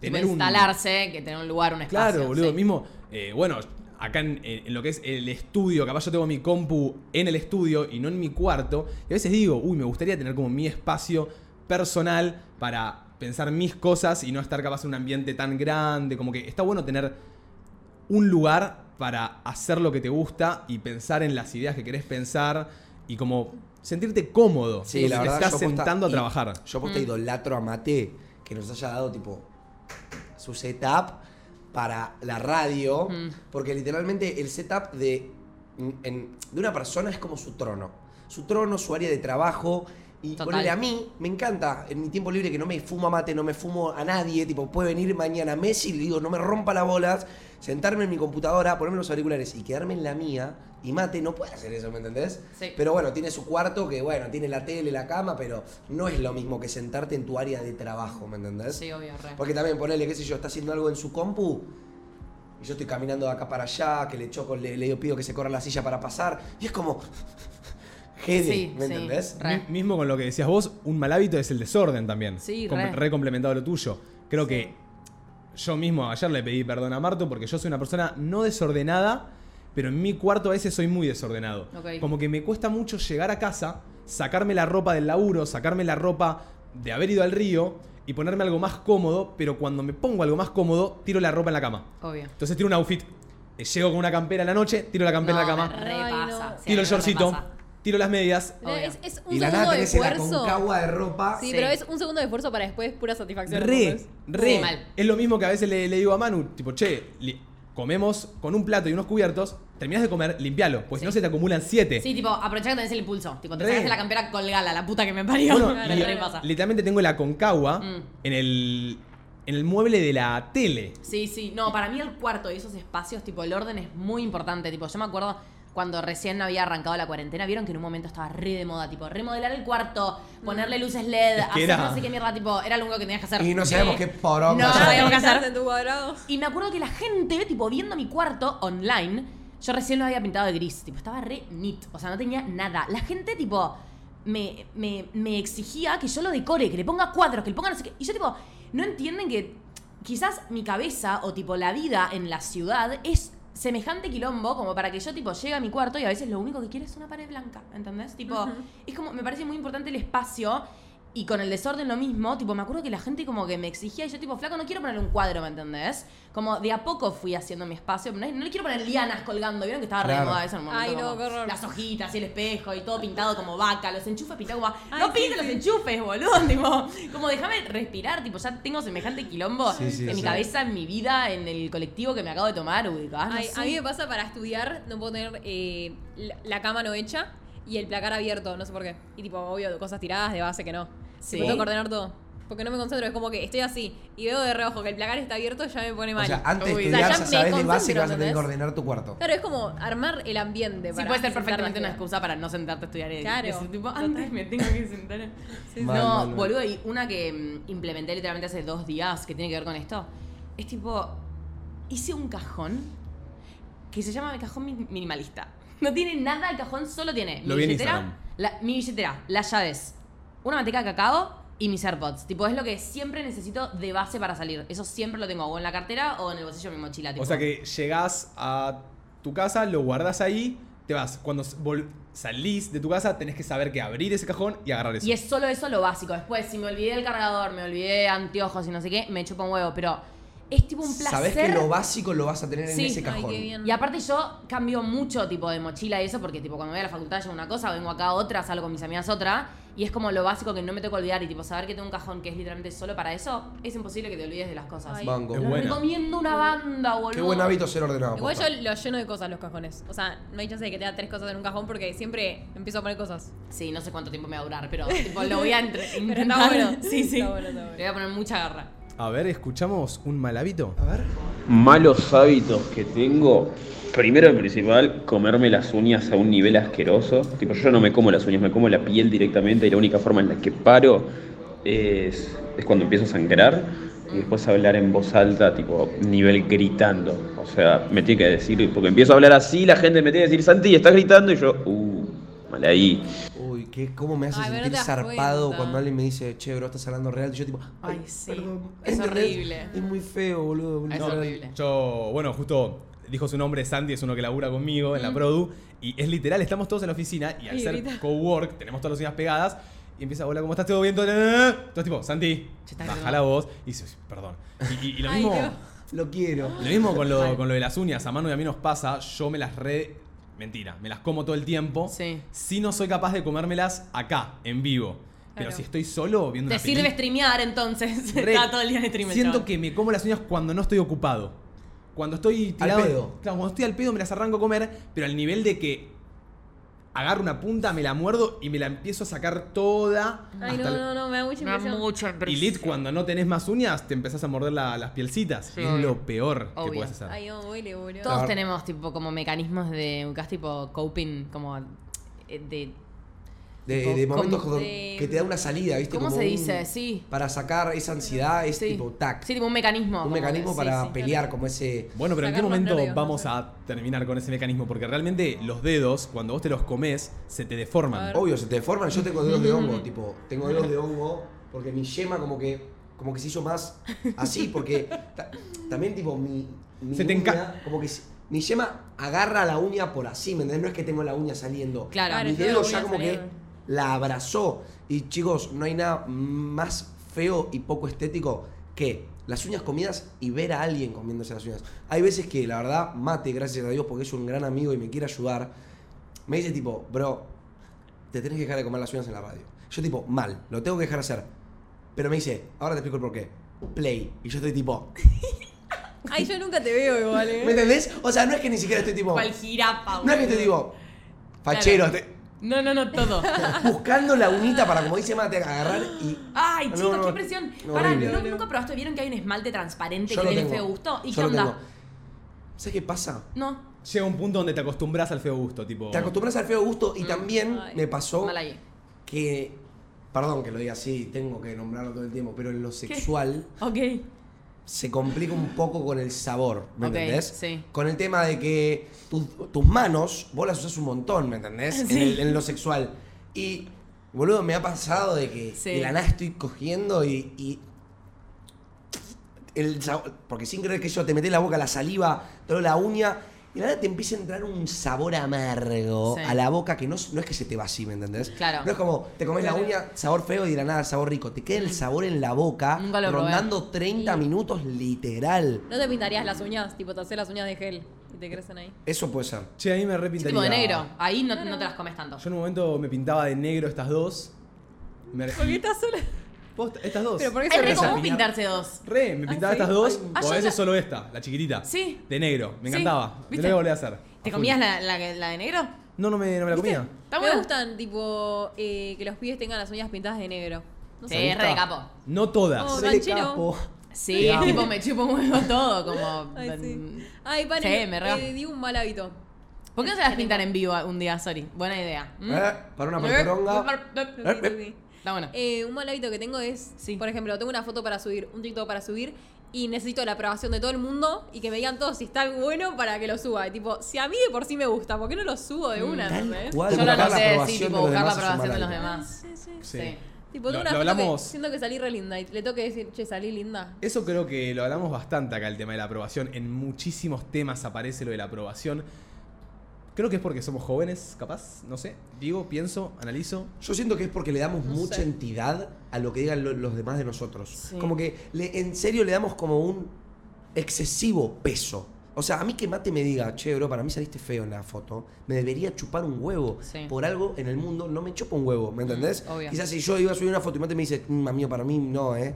S2: Tipo,
S1: tener un...
S2: instalarse, que tener un lugar, un espacio.
S1: Claro, boludo,
S2: sí.
S1: mismo. eh, bueno, acá en, eh, en lo que es el estudio, capaz yo tengo mi compu en el estudio y no en mi cuarto. Y a veces digo, uy, me gustaría tener como mi espacio personal para pensar mis cosas y no estar capaz en un ambiente tan grande. Como que está bueno tener un lugar para hacer lo que te gusta y pensar en las ideas que querés pensar y como sentirte cómodo
S3: Sí,
S1: cuando
S3: la
S1: te
S3: verdad,
S1: estás
S3: yo posta-
S1: sentando a
S3: y-
S1: trabajar.
S3: Yo posta idolatro a Mate que nos haya dado tipo su setup para la radio, porque literalmente el setup de, en- de una persona es como su trono. Su trono, su área de trabajo. Y
S2: Total.
S3: ponele a mí, me encanta, en mi tiempo libre que no me fumo a mate, no me fumo a nadie, tipo, puede venir mañana Messi y le digo, no me rompa las bolas, sentarme en mi computadora, ponerme los auriculares y quedarme en la mía, y mate no puede hacer eso, ¿me entendés?
S2: Sí.
S3: Pero bueno, tiene su cuarto que, bueno, tiene la tele, la cama, pero no es lo mismo que sentarte en tu área de trabajo, ¿me entendés?
S2: Sí, obvio, re.
S3: Porque también, ponele, qué sé yo, está haciendo algo en su compu y yo estoy caminando de acá para allá, que le choco, le, le pido que se corra la silla para pasar, y es como... Jede,
S2: Sí,
S3: ¿me
S2: sí,
S3: entendés?
S2: re.
S1: Mi- mismo con lo que decías vos, un mal hábito es el desorden también.
S2: Sí,
S1: Com-
S2: re.
S1: complementado a lo tuyo. Creo que yo mismo ayer le pedí perdón a Marto porque yo soy una persona no desordenada, pero en mi cuarto a veces soy muy desordenado.
S2: Ok.
S1: Como que me cuesta mucho llegar a casa, sacarme la ropa del laburo, sacarme la ropa de haber ido al río y ponerme algo más cómodo, pero cuando me pongo algo más cómodo, tiro la ropa en la cama.
S2: Obvio.
S1: Entonces tiro un outfit, eh, llego con una campera en la noche, tiro la campera en la
S2: me
S1: cama,
S2: re
S4: Ay,
S2: pasa,
S4: no.
S1: tiro
S2: sí, a
S1: el
S2: mí me
S1: shortcito,
S2: repasa.
S1: tiro las medias.
S4: No,
S2: Obvio.
S4: Es, es un
S3: Y la
S4: segundo
S3: nada
S4: de
S3: tenés la
S4: esfuerzo.
S3: concagua de ropa.
S4: Sí,
S2: Sí.
S4: pero es un segundo de esfuerzo para después pura satisfacción.
S1: Re,
S4: ¿entendés?
S1: re.
S2: Sí, mal.
S1: Es lo mismo que a veces le, le digo a Manu, tipo, che, li- comemos con un plato y unos cubiertos, terminás de comer, limpialo, pues si no se te acumulan siete.
S2: Sí, tipo, aprovechá que tenés el impulso. Tipo, te
S1: Re.
S2: sacás de la campera, colgala, la puta que me parió.
S1: Bueno,
S2: Me
S1: li-
S2: re pasa.
S1: literalmente tengo la concagua
S2: Mm.
S1: en, el, en el mueble de la tele.
S2: Sí, sí. No, para mí el cuarto y esos espacios, tipo, el orden es muy importante. Tipo, yo me acuerdo cuando recién había arrancado la cuarentena, vieron que en un momento estaba re de moda, tipo, remodelar el cuarto,
S3: Mm.
S2: ponerle luces LED, hacer
S1: era-
S2: no sé qué mierda, tipo, era lo único que tenías que hacer. Eh,
S3: Y no sabemos qué
S2: No,
S3: poronga.
S2: no
S3: son.
S2: sabíamos qué
S4: Estás
S2: hacer.
S4: en tu cuadrado.
S2: Y me acuerdo que la gente, tipo, viendo mi cuarto online, yo recién lo había pintado de gris, tipo, estaba re neat, o sea, no tenía nada. La gente, tipo, me, me, me exigía que yo lo decore, que le ponga cuadros, que le ponga no sé qué. Y yo, tipo, no entienden que quizás mi cabeza o, tipo, la vida en la ciudad es semejante quilombo como para que yo, tipo, llegue a mi cuarto y a veces lo único que quiero es una pared blanca, ¿entendés? Tipo, es como, me parece muy importante el espacio. Y con el desorden lo mismo, tipo, me acuerdo que la gente como que me exigía y yo tipo, flaco, no quiero poner un cuadro, ¿me entendés? Como de a poco fui haciendo mi espacio, no, no le quiero poner lianas colgando, vieron que estaba re de
S3: Claro.
S2: moda eso en un momento.
S4: Ay, no,
S2: como
S4: qué horror.
S2: Las hojitas y el espejo y todo pintado como vaca, los enchufes pintados como...
S4: Ay,
S2: no
S4: sí,
S2: pintes los enchufes, boludo, tipo, como déjame respirar, tipo, ya tengo semejante quilombo
S3: Sí, sí,
S2: en mi
S3: sí.
S2: cabeza, en mi vida, en el colectivo que me acabo de tomar, uy, ah, no
S4: Ay,
S2: sé.
S4: a mí me pasa para estudiar, no puedo tener eh, la, la cama no hecha y el placar abierto, no sé por qué. Y tipo, obvio, cosas tiradas de base que no.
S2: Sí.
S4: Sí. Tengo que ordenar todo. porque no me concentro. Es como que estoy así y veo de reojo que el placar está abierto, ya me pone mal.
S3: O sea, antes
S2: Uy,
S3: de
S2: o sea,
S3: estudiar,
S4: ya
S3: ya
S4: me
S3: sabes de base que
S4: concentro,
S3: vas a tener que
S4: ¿entendés?
S3: ordenar tu cuarto.
S4: claro, es como armar el ambiente.
S2: Sí,
S4: para
S2: puede ser
S4: sentarte
S2: perfectamente una
S4: a estudiar.
S2: excusa para no sentarte a estudiar. y
S4: Claro.
S2: decir, tipo, antes me tengo que sentar. a-".
S3: sí. Mal,
S2: no,
S3: mal, mal.
S2: boludo, y una que mm, implementé literalmente hace dos días que tiene que ver con esto, es tipo, hice un cajón que se llama el cajón mi- minimalista. No tiene nada el cajón, solo tiene mi
S1: Lo vi en
S2: billetera,
S1: Instagram.
S2: la- mi billetera, las llaves, una manteca de cacao y mis AirPods. Tipo, es lo que siempre necesito de base para salir. Eso siempre lo tengo o en la cartera o en el bolsillo de mi mochila. tipo.
S1: O sea que llegás a tu casa, lo guardás ahí, te vas. Cuando s- vol- salís de tu casa, tenés que saber que abrir ese cajón y agarrar eso.
S2: Y es solo eso lo básico. Después, si me olvidé el cargador, me olvidé anteojos y no sé qué, me chupa un huevo. Pero es tipo un placer.
S3: Sabes que lo básico lo vas a tener
S2: Sí.
S3: en ese
S2: Ay,
S3: cajón.
S4: qué bien.
S2: Y aparte yo cambio mucho tipo de mochila y eso, porque tipo cuando voy a la facultad llevo una cosa, vengo acá otra, salgo con mis amigas otra, y es como lo básico que no me tengo que olvidar, y tipo saber que tengo un cajón que es literalmente solo para eso, es imposible que te olvides de las cosas.
S4: Ay,
S3: Banco.
S1: Es bueno.
S2: Recomiendo una banda, boludo.
S3: Qué buen hábito ser ordenado.
S4: Igual
S3: posta.
S4: yo lo lleno de cosas los cajones. O sea, no hay chance de que tenga tres cosas en un cajón porque siempre empiezo a poner cosas.
S2: Sí, no sé cuánto tiempo me va a durar, pero tipo, lo voy a entre-
S4: Pero
S2: intentar.
S4: está bueno.
S2: Sí, sí.
S4: Está bueno, está
S2: Le
S4: bueno.
S2: voy a poner mucha garra.
S1: A ver, escuchamos un mal hábito.
S3: A ver.
S5: Malos hábitos que tengo. Primero y principal, comerme las uñas a un nivel asqueroso. Tipo, yo no me como las uñas, me como la piel directamente y la única forma en la que paro es, es cuando empiezo a sangrar y después hablar en voz alta, tipo, nivel gritando. O sea, me tiene que decir, porque empiezo a hablar así, la gente me tiene que decir, Santi, estás gritando y yo, uh, mal ahí.
S3: Uy, ¿qué, ¿cómo me hace
S4: Ay, pero no
S3: sentir
S4: te das
S3: zarpado
S4: cuenta.
S3: cuando alguien me dice, che, bro, estás hablando real? Y yo, tipo,
S2: Ay, sí. Es
S3: ¿entendés?
S2: horrible.
S3: Es muy feo, boludo.
S2: Es
S3: No,
S2: horrible.
S1: Yo, bueno, justo dijo su nombre, Sandy, es uno que labura conmigo en la Produ. Y es literal, estamos todos en la oficina y al
S4: Y
S1: ser
S4: grita.
S1: cowork, tenemos todas las uñas pegadas. Y empieza, hola, ¿cómo estás? ¿Todo bien? ¿Todo eh, bien?" Todo tipo, Santi,
S2: Ya está,
S1: baja
S2: perdón.
S1: la voz. Y dice, perdón. Y, y- y lo
S4: Ay,
S1: mismo...
S4: Dios.
S3: Lo quiero.
S1: Lo mismo con
S2: Mal.
S1: lo, con lo de las uñas, a mano y a mí nos pasa, yo me las re... Mentira, me las como todo el tiempo.
S2: Sí.
S1: Sí no soy capaz de comérmelas acá, en vivo. Pero
S4: Claro.
S1: si estoy solo viendo
S2: Te
S1: una
S2: sirve
S1: peli-
S2: streamear entonces.
S1: Re-
S2: Está todo el día en streamer.
S1: Siento
S2: chaval.
S1: que me como las uñas cuando no estoy ocupado. Cuando estoy tirado...
S3: pedo.
S1: Claro, cuando estoy al pedo me las arranco a comer, pero al nivel de que agarro una punta, me la muerdo y me la empiezo a sacar toda.
S4: Ay,
S1: hasta
S4: no,
S1: el-
S4: no, no, me da mucha impresión.
S1: Y lit, cuando no tenés más uñas, te empezás a morder la- las pielcitas.
S2: Sí,
S1: es
S2: obvio.
S1: lo peor que
S2: Obvio.
S1: puedes hacer.
S4: Ay, no, huele, boludo.
S2: Todos
S3: Claro.
S2: tenemos tipo como mecanismos de un tipo coping, como eh, de
S3: De,
S2: Tipo,
S3: de momentos
S2: como
S3: como
S4: de-
S3: que te da una salida, ¿viste?
S2: ¿Cómo
S3: Como
S2: se
S3: un-
S2: dice? Sí.
S3: Para sacar esa ansiedad, es
S2: Sí.
S3: tipo tac.
S2: Sí, tipo un mecanismo.
S3: un
S2: como
S3: mecanismo
S2: que-
S3: para
S2: sí, sí.
S3: pelear, como ese.
S1: Bueno, pero ¿en qué
S4: Sacar los
S1: momento
S4: nervios, no
S1: vamos
S4: sé.
S1: a terminar con ese mecanismo? Porque realmente los dedos, cuando vos te los comes, se te deforman.
S3: Obvio, se te deforman. Yo tengo dedos de hongo, tipo, tengo dedos de hongo porque mi yema como que como que se hizo más así, porque ta- también tipo mi, mi
S1: Se te
S3: uña,
S1: enca-
S3: como que si- mi yema agarra la uña por así, ¿me entendés? No es que tengo la uña saliendo.
S2: Claro.
S4: Claro,
S3: mi
S4: yo la
S3: dedo
S4: uña
S3: ya como que
S4: saliendo.
S3: la abrazó. Y chicos, no hay nada más feo y poco estético que las uñas comidas y ver a alguien comiéndose las uñas. Hay veces que la verdad, Mate, gracias a Dios, porque es un gran amigo y me quiere ayudar, me dice tipo, bro, te tenés que dejar de comer las uñas en la radio. Yo tipo, mal, lo tengo que dejar hacer. Pero me dice, ahora te explico el porqué. Play. Y yo estoy tipo,
S4: Ay, yo nunca te veo igual, eh.
S3: ¿me entendés? O sea, no es que ni siquiera estoy tipo...
S2: Cual jirapa,
S3: No es que
S2: boludo.
S3: estoy tipo, fachero, te-
S2: No, no, no, todo.
S3: buscando la unita para, como dice Mate, agarrar y
S2: Ay,
S3: No,
S2: chicos,
S3: no,
S2: qué impresión.
S3: no,
S2: Pará,
S3: horrible.
S2: ¿no- nunca probaste. ¿Vieron que hay un esmalte transparente
S3: Yo
S2: que
S3: lo
S2: tiene
S3: tengo.
S2: feo gusto? ¿Y
S3: Yo
S2: qué
S3: lo
S2: onda?
S3: tengo. ¿Sabes qué pasa?
S2: No.
S1: Llega un punto donde te acostumbras al feo gusto, tipo.
S3: Te acostumbras al feo gusto y también
S4: Ay.
S3: me pasó
S2: Mal ahí.
S3: que. Perdón que lo diga así, tengo que nombrarlo todo el tiempo, pero en lo sexual
S2: Ok.
S3: se complica un poco con el sabor, ¿me
S2: Ok,
S3: entendés?
S2: sí.
S3: Con el tema de que tus, tus manos, vos las usas un montón, ¿me entendés? En
S2: Sí.
S3: el- En, lo sexual. Y, boludo, me ha pasado de que
S2: Sí.
S3: de la nada estoy cogiendo y. y el sabor, porque sin creer que yo te meté la boca la saliva, toda la uña, y de la nada te empieza a entrar un sabor amargo
S2: Sí.
S3: a la boca que no, es- no es que se te va así, ¿me entendés?
S2: Claro. Mm.
S3: No es como te comes la uña, sabor feo y de la nada sabor rico. Te queda el sabor en la boca,
S2: Nunca lo probé.
S3: rondando 30 minutos literal.
S4: ¿No te pintarías las uñas? Tipo, te haces las uñas de gel y te crecen ahí.
S3: Eso puede ser.
S1: Che, ahí me
S2: Sí,
S1: repintaría.
S2: tipo de negro. Ahí no, no te las comes tanto.
S1: Yo en un momento me pintaba de negro estas dos. Me...
S4: ¿Por qué estás sola?
S1: Posta, Estas dos.
S4: Pero ¿por qué
S2: Es re
S4: se
S2: común pintarse dos.
S1: Re, me pintaba
S4: sí?
S1: estas dos.
S2: Ah,
S1: o
S2: yo
S1: a veces
S2: la-
S1: solo esta, la chiquitita.
S2: Sí.
S1: De negro. Me
S2: Sí,
S1: encantaba.
S2: ¿viste?
S1: No la volví a hacer.
S2: ¿Te
S1: A
S2: comías
S1: full.
S2: la, la, la de negro?
S1: No, no me, no me la comía.
S2: ¿Está
S4: me
S2: bueno?
S4: gustan, tipo, eh, que los pibes tengan las uñas pintadas de negro. No
S2: Sí,
S4: sé.
S2: es re de capo.
S1: No todas.
S4: Oh,
S3: Se le
S4: ranchero.
S3: capo.
S2: Sí,
S1: Te
S2: es
S1: amo.
S2: tipo me chupo un huevo todo, como... mm,
S4: Ay, sí. Ay, pan,
S2: Sí, me reba-
S4: eh, di un mal hábito.
S2: ¿Por qué no se las pintan en vivo un día, sorry? Buena idea. ¿Mm?
S3: Eh, Para una Eh. perperonga.
S4: Ok,
S1: eh.
S4: ok.
S2: Está bueno.
S4: Eh, un mal hábito que tengo es,
S2: Sí.
S4: por ejemplo, tengo una foto para subir, un TikTok para subir y necesito la aprobación de todo el mundo y que me digan todos si está bueno para que lo suba. Y tipo, si a mí de por sí me gusta, ¿por qué no lo subo
S2: Mm,
S4: de una? ¿entendés?
S3: cual.
S2: Yo no
S3: buscar
S2: lo
S3: la
S2: sé, sí,
S3: aprobación de
S2: tipo
S3: los
S2: buscar la
S3: demás es un
S2: aprobación de
S3: mal
S2: los
S3: hábito.
S2: demás.
S4: Sí, sí.
S1: Sí.
S2: Sí.
S1: Lo-
S4: Tipo, tengo una
S1: lo
S4: foto
S1: hablamos-
S4: que siento que salí re linda y le tengo que decir, che, salí linda.
S1: Eso creo que lo hablamos bastante acá, el tema de la aprobación. En muchísimos temas aparece lo de la aprobación. Creo que es porque somos jóvenes, capaz, no sé. Digo, pienso, analizo.
S3: Yo siento que es porque le damos
S4: No
S3: mucha
S4: sé.
S3: entidad a lo que digan lo- los demás de nosotros.
S2: Sí.
S3: Como que le- en serio le damos como un excesivo peso. O sea, a mí que Mate me diga, che, bro, para mí saliste feo en la foto, me debería chupar un huevo.
S2: Sí.
S3: Por algo en el mundo no me chupa un huevo, ¿me entendés?
S2: obvio.
S3: Quizás si yo iba a subir una foto y Mate me dice, mmm, amigo, para mí no, ¿eh?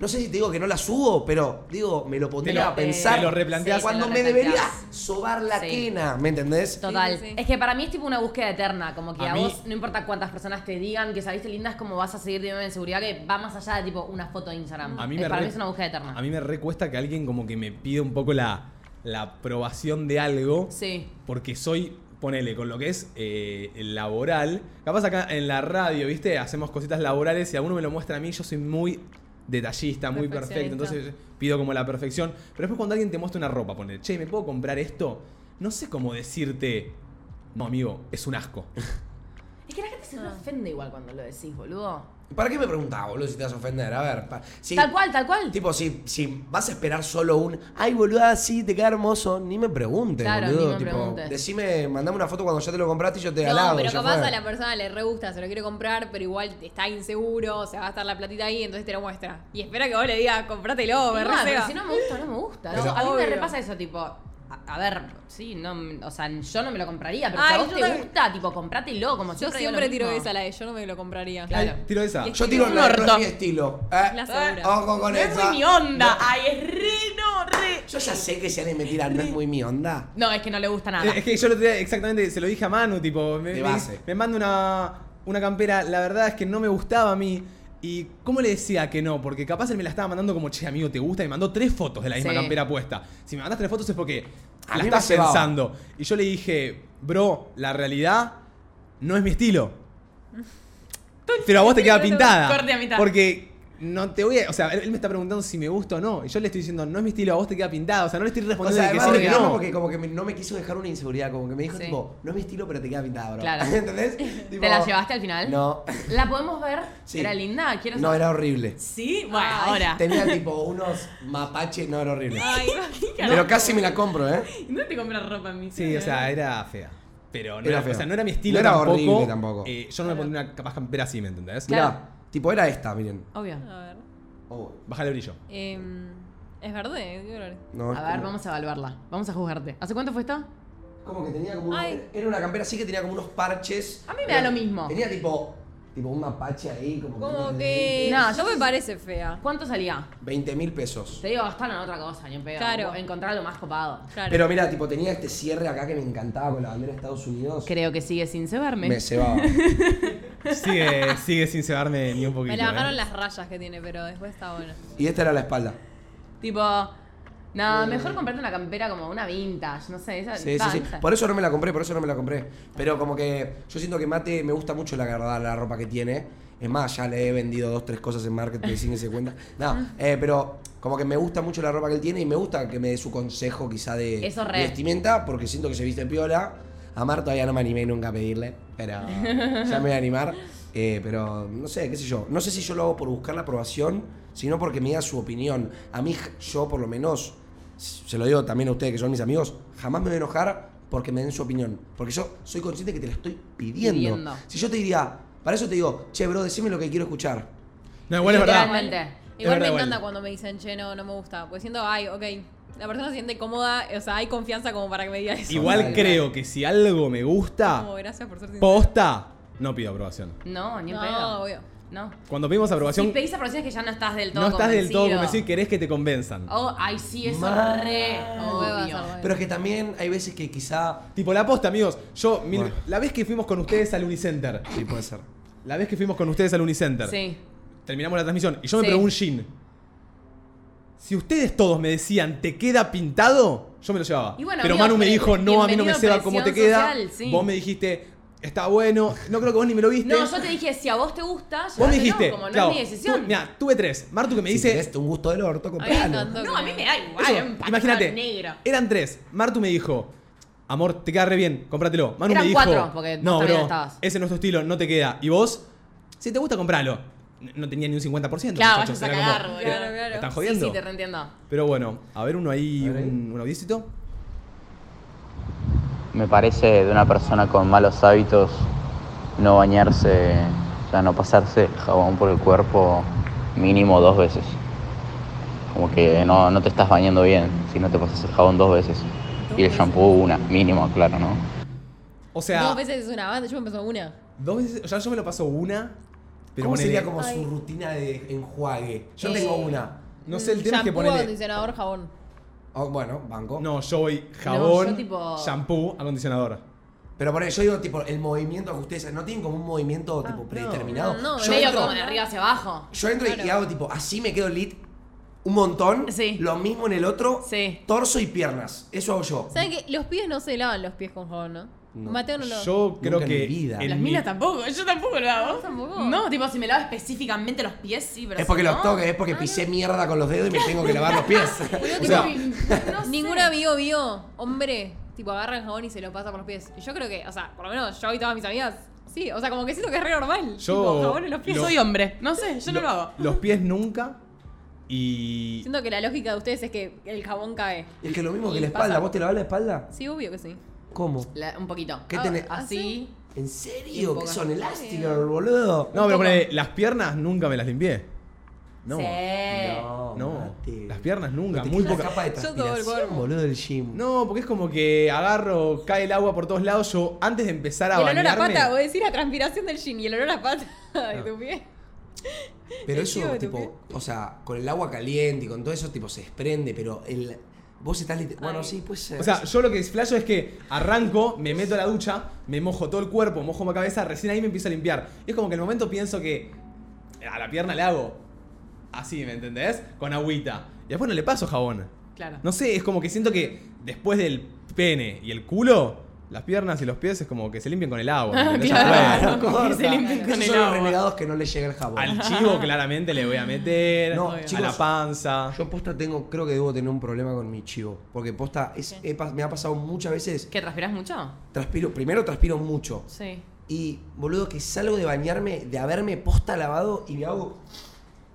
S3: No sé si te digo que no la subo, pero digo, me lo pondría
S1: lo-
S3: a pensar.
S1: te lo replanteás.
S2: Sí, te
S3: cuando
S2: lo
S3: me
S2: replanteás.
S3: debería sobar la
S2: Sí.
S3: quena, ¿me entendés?
S2: Total.
S4: Sí, sí, sí.
S2: Es que para mí es tipo una búsqueda eterna. Como que
S1: A
S2: a,
S1: mí-
S2: vos, no importa cuántas personas te digan que saliste linda, es como vas a seguir teniendo una inseguridad que va más allá de tipo una foto de Instagram.
S1: A mí
S2: Eh,
S1: me
S2: para
S1: re-
S2: mí es una búsqueda eterna.
S1: A mí me recuesta que alguien como que me pide un poco la, la aprobación de algo.
S2: Sí.
S1: Porque soy, ponele, con lo que es eh, el laboral. Capaz acá en la radio, ¿viste? Hacemos cositas laborales y alguno me lo muestra a mí, yo soy muy detallista, muy perfecto,
S4: Perfeccionista.
S1: entonces pido como la perfección. Pero después cuando alguien te muestra una ropa, ponele, che, ¿me puedo comprar esto? No sé cómo decirte, no, amigo, es un asco.
S2: Es que la gente se re ofende igual cuando lo decís, boludo.
S3: ¿Para qué me preguntás, boludo, si te vas a ofender? A ver, pa- si-
S2: Tal cual, tal cual.
S3: Tipo, si, si vas a esperar solo un, ay, boluda, sí, te queda hermoso, ni me preguntes,
S2: Claro,
S3: boludo.
S2: ni me
S3: tipo,
S2: preguntes.
S3: decime, mandame una foto cuando ya te lo compraste y yo te
S4: No,
S3: alabo.
S4: pero
S3: ya
S4: capaz
S3: fue.
S4: a la persona le re gusta, se lo quiere comprar, pero igual está inseguro, o sea, va a estar la platita ahí, entonces te lo muestra. Y espera que vos le digas, comprátelo, me
S2: Igual,
S4: re
S2: pero
S4: ceba".
S2: si no me gusta, no me gusta.
S4: Pero-
S2: No, a mí me
S4: Obvio.
S2: repasa eso, tipo. A, a ver, sí, no, o sea, yo no me lo compraría, pero si
S4: Ay,
S2: a vos
S4: yo
S2: te
S4: también.
S2: gusta, tipo, comprátelo, como
S4: Yo
S2: siempre digo lo
S4: siempre tiro
S2: mismo.
S4: esa, la de yo no me lo compraría.
S2: Claro.
S1: Ay, Tiro esa.
S4: Y-
S3: Yo tiro
S4: Es un
S3: la de
S4: orto.
S3: mi estilo. eh.
S4: La segura.
S3: Eh, Ojo con
S2: No es
S3: eso.
S2: muy mi onda. Ay, es re, no, re.
S3: Yo ya sé que si alguien me tira, no es muy mi onda.
S2: No, es que no le gusta nada.
S1: Eh, Es que yo lo tenía exactamente, se lo dije a Manu, tipo, me, me-
S3: De base.
S1: me manda una, una campera, la verdad es que no me gustaba a mí. ¿Y cómo le decía que no? Porque capaz él me la estaba mandando como, che, amigo, ¿te gusta? Y me mandó tres fotos de la misma
S2: Sí.
S1: campera puesta. Si me mandas tres fotos es porque
S3: A
S1: la
S3: mí me
S1: estás
S3: llevaba.
S1: pensando. Y yo le dije, bro, la realidad no es mi estilo. Pero a vos te queda pintada.
S2: Corte a mitad.
S1: Porque no te voy a. O sea, él, él me está preguntando si me gusta o no. Y yo le estoy diciendo, no es mi estilo, a vos te queda pintada. O sea, no le estoy
S3: O
S1: respondiendo
S3: sea,
S1: de que sí o
S3: además me
S1: que
S3: quedó
S1: no.
S3: como que, como que me- no me quiso dejar una inseguridad, como que me dijo,
S2: Sí.
S3: tipo, no es mi estilo, pero te queda pintada, bro.
S2: Claro.
S3: ¿Entendés? Tipo,
S2: ¿Te la llevaste al final?
S3: No.
S2: ¿La podemos ver?
S3: Sí.
S2: ¿Era linda? Quiero
S3: No,
S2: saber. Ah.
S3: era horrible.
S2: Sí, bueno,
S4: Ay.
S2: ahora.
S3: Tenía tipo unos mapaches, no, era horrible.
S4: Ay,
S3: Pero casi me la compro, ¿eh?
S2: No te compras ropa en mi
S1: Sí, o sea, era fea. Pero no
S3: Era
S1: era,
S3: fea.
S1: o sea, no era mi estilo
S3: No era
S1: tampoco.
S3: horrible tampoco.
S1: Eh, yo no me pondría una capaz campera así, ¿me entendés?
S2: Claro.
S3: Mirá, tipo era esta, miren.
S2: Obvio.
S4: A ver.
S3: Oh,
S1: Bájale el brillo.
S4: Em, es verde, qué color.
S3: no, es
S2: A ver,
S3: como-
S2: vamos a evaluarla. Vamos a juzgarte. ¿Hace cuánto fue esto?
S3: Como que tenía como unos-
S4: Ay.
S3: Era una campera así que tenía como unos parches.
S2: A mí me da
S3: Era-
S2: lo mismo.
S3: Tenía tipo. Tipo un mapache ahí, como.
S4: Como que.
S2: No,
S4: No,
S2: yo-
S4: no me parece fea.
S2: ¿Cuánto salía?
S3: 20 mil pesos.
S2: Te digo, gastaron en otra cosa, ni en pedo.
S4: Claro.
S2: Encontrar algo más copado.
S4: Claro.
S3: Pero mira, tipo, tenía este cierre acá que me encantaba con la bandera de Estados Unidos.
S2: Creo que sigue sin cebarme.
S3: Me cebaba.
S1: Sigue, sigue sin cebarme ni un poquito.
S4: me la bajaron
S1: ¿eh?
S4: las rayas que tiene, pero después está bueno.
S3: y esta era la espalda.
S2: Tipo, no, mejor comprarte una campera como una vintage, no sé, esa.
S3: Sí, sí,
S2: va,
S3: sí.
S2: esa.
S3: Por eso no me la compré, por eso no me la compré. Pero como que yo siento que Mate me gusta mucho la verdad, la ropa que tiene. Es más, ya le he vendido dos, tres cosas en marketplace sin que se cuenta. No, eh, pero como que me gusta mucho la ropa que él tiene y me gusta que me dé su consejo quizá de
S2: Eso re.
S3: vestimenta, porque siento que se viste piola. A Mar todavía no me animé nunca a pedirle, pero ya me voy a animar. Eh, pero no sé, qué sé yo. No sé si yo lo hago por buscar la aprobación, sino porque me da su opinión. A mí, yo por lo menos, se lo digo también a ustedes que son mis amigos, jamás me voy a enojar porque me den su opinión. Porque yo soy consciente que te la estoy pidiendo.
S2: Pidiendo.
S3: Si yo te diría, para eso te digo, che, bro, decime lo que quiero escuchar.
S1: No, igual es verdad.
S2: Literalmente.
S4: Igual me
S1: verdad,
S4: encanta
S1: igual.
S4: cuando me dicen, che, no, no me gusta. Pues siento, ay, ok. La persona se siente cómoda, o sea, hay confianza como para que me diga eso.
S1: Igual
S3: Dale.
S1: creo que si algo me
S4: Como,
S1: gusta,
S4: gracias por ser sincero.
S1: posta, no pido aprobación.
S2: No, ni en
S4: No,
S2: pedo.
S4: obvio.
S2: No.
S1: Cuando pedimos
S2: Si
S1: aprobación,
S2: pedís aprobaciones que ya no estás del todo
S1: no estás del todo
S2: convencido.
S1: convencido y querés que te convenzan.
S2: Oh, ay, sí, eso
S3: Mal.
S2: re obvio.
S4: Huevas,
S3: Pero es que también hay veces que quizá...
S1: Tipo, la posta, amigos. Yo, mil-
S3: Bueno.
S1: la vez que fuimos con ustedes al Unicenter.
S3: Sí, puede ser.
S1: La vez que fuimos con ustedes al Unicenter.
S2: Sí.
S1: terminamos la transmisión y yo me
S2: Sí.
S1: pego un jean. Si ustedes todos me decían, ¿te queda pintado? Yo me lo llevaba.
S2: Y bueno,
S1: Pero
S2: amigo,
S1: Manu me
S2: pero
S1: dijo, no, a mí no me
S2: bienvenido
S1: ceba cómo te
S2: presión
S1: queda.
S2: social, sí.
S1: Vos me dijiste, está bueno. No creo que vos ni me lo viste.
S2: No, yo te dije, si a vos te gusta,
S1: Vos me
S2: llévatelo,
S1: dijiste,
S2: como no
S1: Clau,
S2: es mi
S1: tú-
S2: decisión.
S1: mirá, tuve tres. Martu que me
S3: Si
S1: dice,
S3: querés un gusto del orto,
S4: A mí me
S3: compralo.
S4: encantó
S2: no,
S4: que-
S2: a mí me da igual,
S1: Eso,
S2: era un pantalón
S1: imagínate,
S2: negro.
S1: eran tres. Martu me dijo, amor, te queda re bien, cómpratelo. Manu
S2: Eran
S1: me dijo,
S2: cuatro, porque vos
S1: no,
S2: también
S1: bro,
S2: estabas".
S1: ese no es tu estilo, no te queda. Y vos, si te gusta, compralo. N- No tenía ni un 50%.
S2: Claro,
S1: muchachos,
S2: vayas a
S1: era
S2: cagar,
S1: como,
S2: boludo.
S1: "Eh,
S4: Claro,
S1: ¿me están
S4: claro.
S1: jodiendo.
S2: Sí, sí, te reentiendo.
S1: Pero bueno, a ver uno ahí,
S3: A ver ahí.
S1: un, un audiocito.
S6: Me parece de una persona con malos hábitos no bañarse, o sea, no pasarse el jabón por el cuerpo mínimo dos veces. Como que no, no te estás bañando bien si no te pasas el jabón dos veces. Y el shampoo una, mínimo, claro, ¿no?
S1: O sea,
S4: Dos veces es una banda, yo me empezó una.
S1: dos veces- o sea, yo me lo paso una, pero
S3: ¿Cómo
S1: ponele-
S3: sería como
S4: Ay.
S3: su rutina de enjuague? Yo
S4: Eh.
S3: tengo una.
S1: No sé, el tema es que
S4: Shampoo,
S1: ponele...
S4: acondicionador, jabón.
S3: Oh, bueno, banco.
S1: No, yo voy jabón,
S2: yo tipo-
S1: shampoo, acondicionador.
S3: Pero por eso yo digo, tipo, el movimiento que ustedes hacen, ¿no tienen como un movimiento
S2: Ah,
S3: tipo predeterminado?
S4: No, no,
S3: yo,
S2: Medio
S3: entro,
S2: como de arriba hacia abajo.
S3: yo entro y hago tipo, así me quedo lit un montón.
S2: Sí.
S3: Lo mismo en el otro.
S2: Sí.
S3: Torso y piernas. Eso hago yo.
S4: ¿Saben qué? Los pies no se lavan los pies con jabón, ¿no?
S3: No.
S4: Mateo no lo.
S1: Yo creo
S3: en
S1: que...
S3: mi vida.
S1: en
S2: Las
S1: mi-
S2: minas tampoco, yo tampoco lo hago.
S4: ¿Vos tampoco?
S2: No, tipo, si me lavo específicamente los pies, sí, pero
S3: Es porque
S2: si
S3: los
S2: no-
S3: toques, es porque pisé mierda con los dedos y me tengo que lavar los pies.
S4: Boludo,
S3: O
S4: tipo,
S3: sea,
S2: No sé.
S4: Ningún amigo mío, hombre, tipo agarra el jabón y se lo pasa por los pies. Y yo creo que, o sea, por lo menos yo y todas mis amigas, sí, o sea, como que siento que es re
S1: Yo-
S4: normal. tipo, jabón en los pies.
S1: Lo-
S2: Soy hombre, no sé, yo no lo hago.
S1: Los pies nunca. Y.
S4: Siento que la lógica de ustedes es que el jabón cae.
S3: es que lo mismo que la
S4: Y
S3: espalda.
S4: pasa.
S3: ¿Vos te lavas la espalda?
S4: Sí, obvio que sí.
S3: ¿Cómo?
S2: La- un poquito.
S3: ¿Qué
S2: Ah,
S3: tenés?
S2: Así.
S3: ¿En serio? ¿Qué
S2: poco.
S3: son elásticos, boludo?
S1: No, pero ponele, las piernas nunca me las limpié. No.
S2: Sí. Eh.
S1: No.
S3: mate.
S1: Las piernas nunca,
S3: No Ah, te
S1: muy
S3: quita la
S1: poca-
S3: capa de
S4: Yo todo el
S3: transpiración,
S4: cuerpo.
S3: boludo, del gym.
S1: No, porque es como que agarro, cae el agua por todos lados. Yo antes de empezar a
S4: Y el olor a
S1: bañarme.
S4: pata, voy a decir la transpiración del jean y el olor a pata de tu pie.
S3: Pero
S4: El chivo
S3: eso,
S4: de tu
S3: tipo, o sea, con el agua caliente y con todo eso, tipo, se desprende, pero el... Vos estás liter- Bueno, sí, pues...
S1: O sea, yo lo que flasho es que arranco, me meto a la ducha, me mojo todo el cuerpo, mojo mi cabeza, recién ahí me empiezo a limpiar. Y es como que en el momento pienso que a la pierna le hago así, ¿me entendés? Con agüita. Y después no le paso jabón.
S2: Claro.
S1: No sé, es como que siento que después del pene y el culo, las piernas y los pies es como que se limpian con el agua. ¿entendés? Ya fue.
S3: Claro,
S2: Como que
S3: corta.
S2: se limpian con
S3: Esos
S2: el
S3: son los
S2: agua.
S3: renegados que no les llega el jabón.
S1: Al chivo claramente le voy a meter,
S3: No,
S1: a la
S3: chicos,
S1: panza.
S3: Yo posta tengo, creo que debo tener un problema con mi chivo. Porque posta, es, he pas- me ha pasado muchas veces.
S2: ¿Que transpirás mucho?
S3: Transpiro, primero transpiro mucho.
S2: Sí.
S3: Y boludo, que salgo de bañarme, de haberme posta lavado y me hago.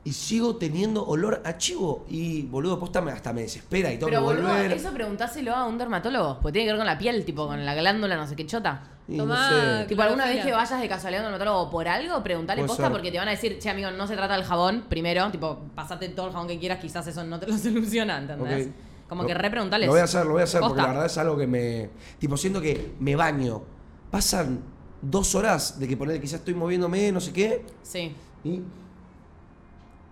S3: Y sigo teniendo olor a chivo. Y boludo, posta me- hasta me desespera y tengo
S2: Pero
S3: que
S2: boludo,
S3: volver.
S2: eso preguntáselo a un dermatólogo, porque tiene que ver con la piel, tipo, con la glándula, no sé qué chota.
S3: Y
S4: Tomá,
S3: no sé.
S2: Tipo, alguna
S4: Clorofila.
S2: vez que vayas de casualidad a un dermatólogo por algo, preguntale
S3: Puede
S2: posta
S3: ser.
S2: porque te van a decir, che, amigo, no se trata del jabón primero. Tipo, pasate todo el jabón que quieras, quizás eso no te lo soluciona, ¿entendés?
S3: Ok.
S2: Como
S3: Lo-
S2: que re preguntales.
S3: Lo voy a hacer, lo voy a hacer, porque
S2: Posta.
S3: la verdad es algo que me. Tipo, siento que me baño. Pasan dos horas de que poner, quizás estoy moviéndome, no sé qué.
S2: Sí.
S3: Y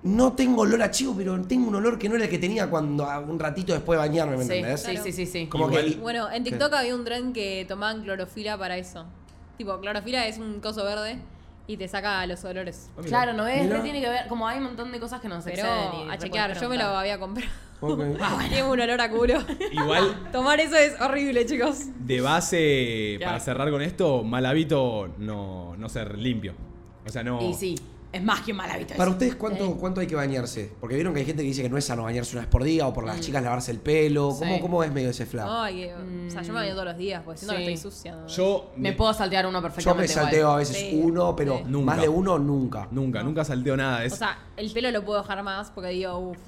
S3: no tengo olor a chivo, pero tengo un olor que no era el que tenía cuando a- un ratito después de bañarme, ¿me
S2: Sí,
S3: entendés?
S2: sí, sí, sí, sí.
S3: Como
S1: Igual-
S3: que
S4: Bueno, en TikTok había un tren que tomaban clorofila para eso. Tipo, clorofila es un coso verde y te saca los olores.
S1: Ah, mira.
S2: Claro, no es,
S3: Mirá.
S2: no tiene que ver, como hay un montón de cosas que nos
S4: Pero
S2: exceden y
S4: a
S2: re
S4: chequear,
S2: podés
S4: yo me lo
S2: preguntar.
S4: había comprado.
S3: Ok.
S4: Tiene un olor a culo.
S1: Igual,
S4: Tomar eso es horrible, chicos.
S1: de base, para cerrar con esto, mal hábito no, no ser limpio. O sea, no.
S2: Y sí, es más que un mal hábito.
S3: Para
S2: eso.
S3: ustedes, ¿cuánto, ¿cuánto hay que bañarse? Porque vieron que hay gente que dice que no es sano bañarse una vez por día o por
S2: Mm.
S3: las chicas lavarse el pelo. ¿Cómo,
S2: Sí.
S3: cómo es medio ese fla?
S2: Ah,
S4: Ay, que- o sea, yo me baño todos los días, porque si no, no
S2: Sí.
S4: estoy sucia. ¿no?
S1: Yo
S2: Me puedo saltear uno
S3: Yo me
S2: perfectamente. igual.
S3: salteo a veces
S4: Sí.
S3: uno, pero
S4: Sí.
S1: Nunca.
S3: más de uno nunca.
S1: Nunca, nunca salteo nada. Es,
S4: O sea, el pelo lo puedo dejar más porque digo, uff,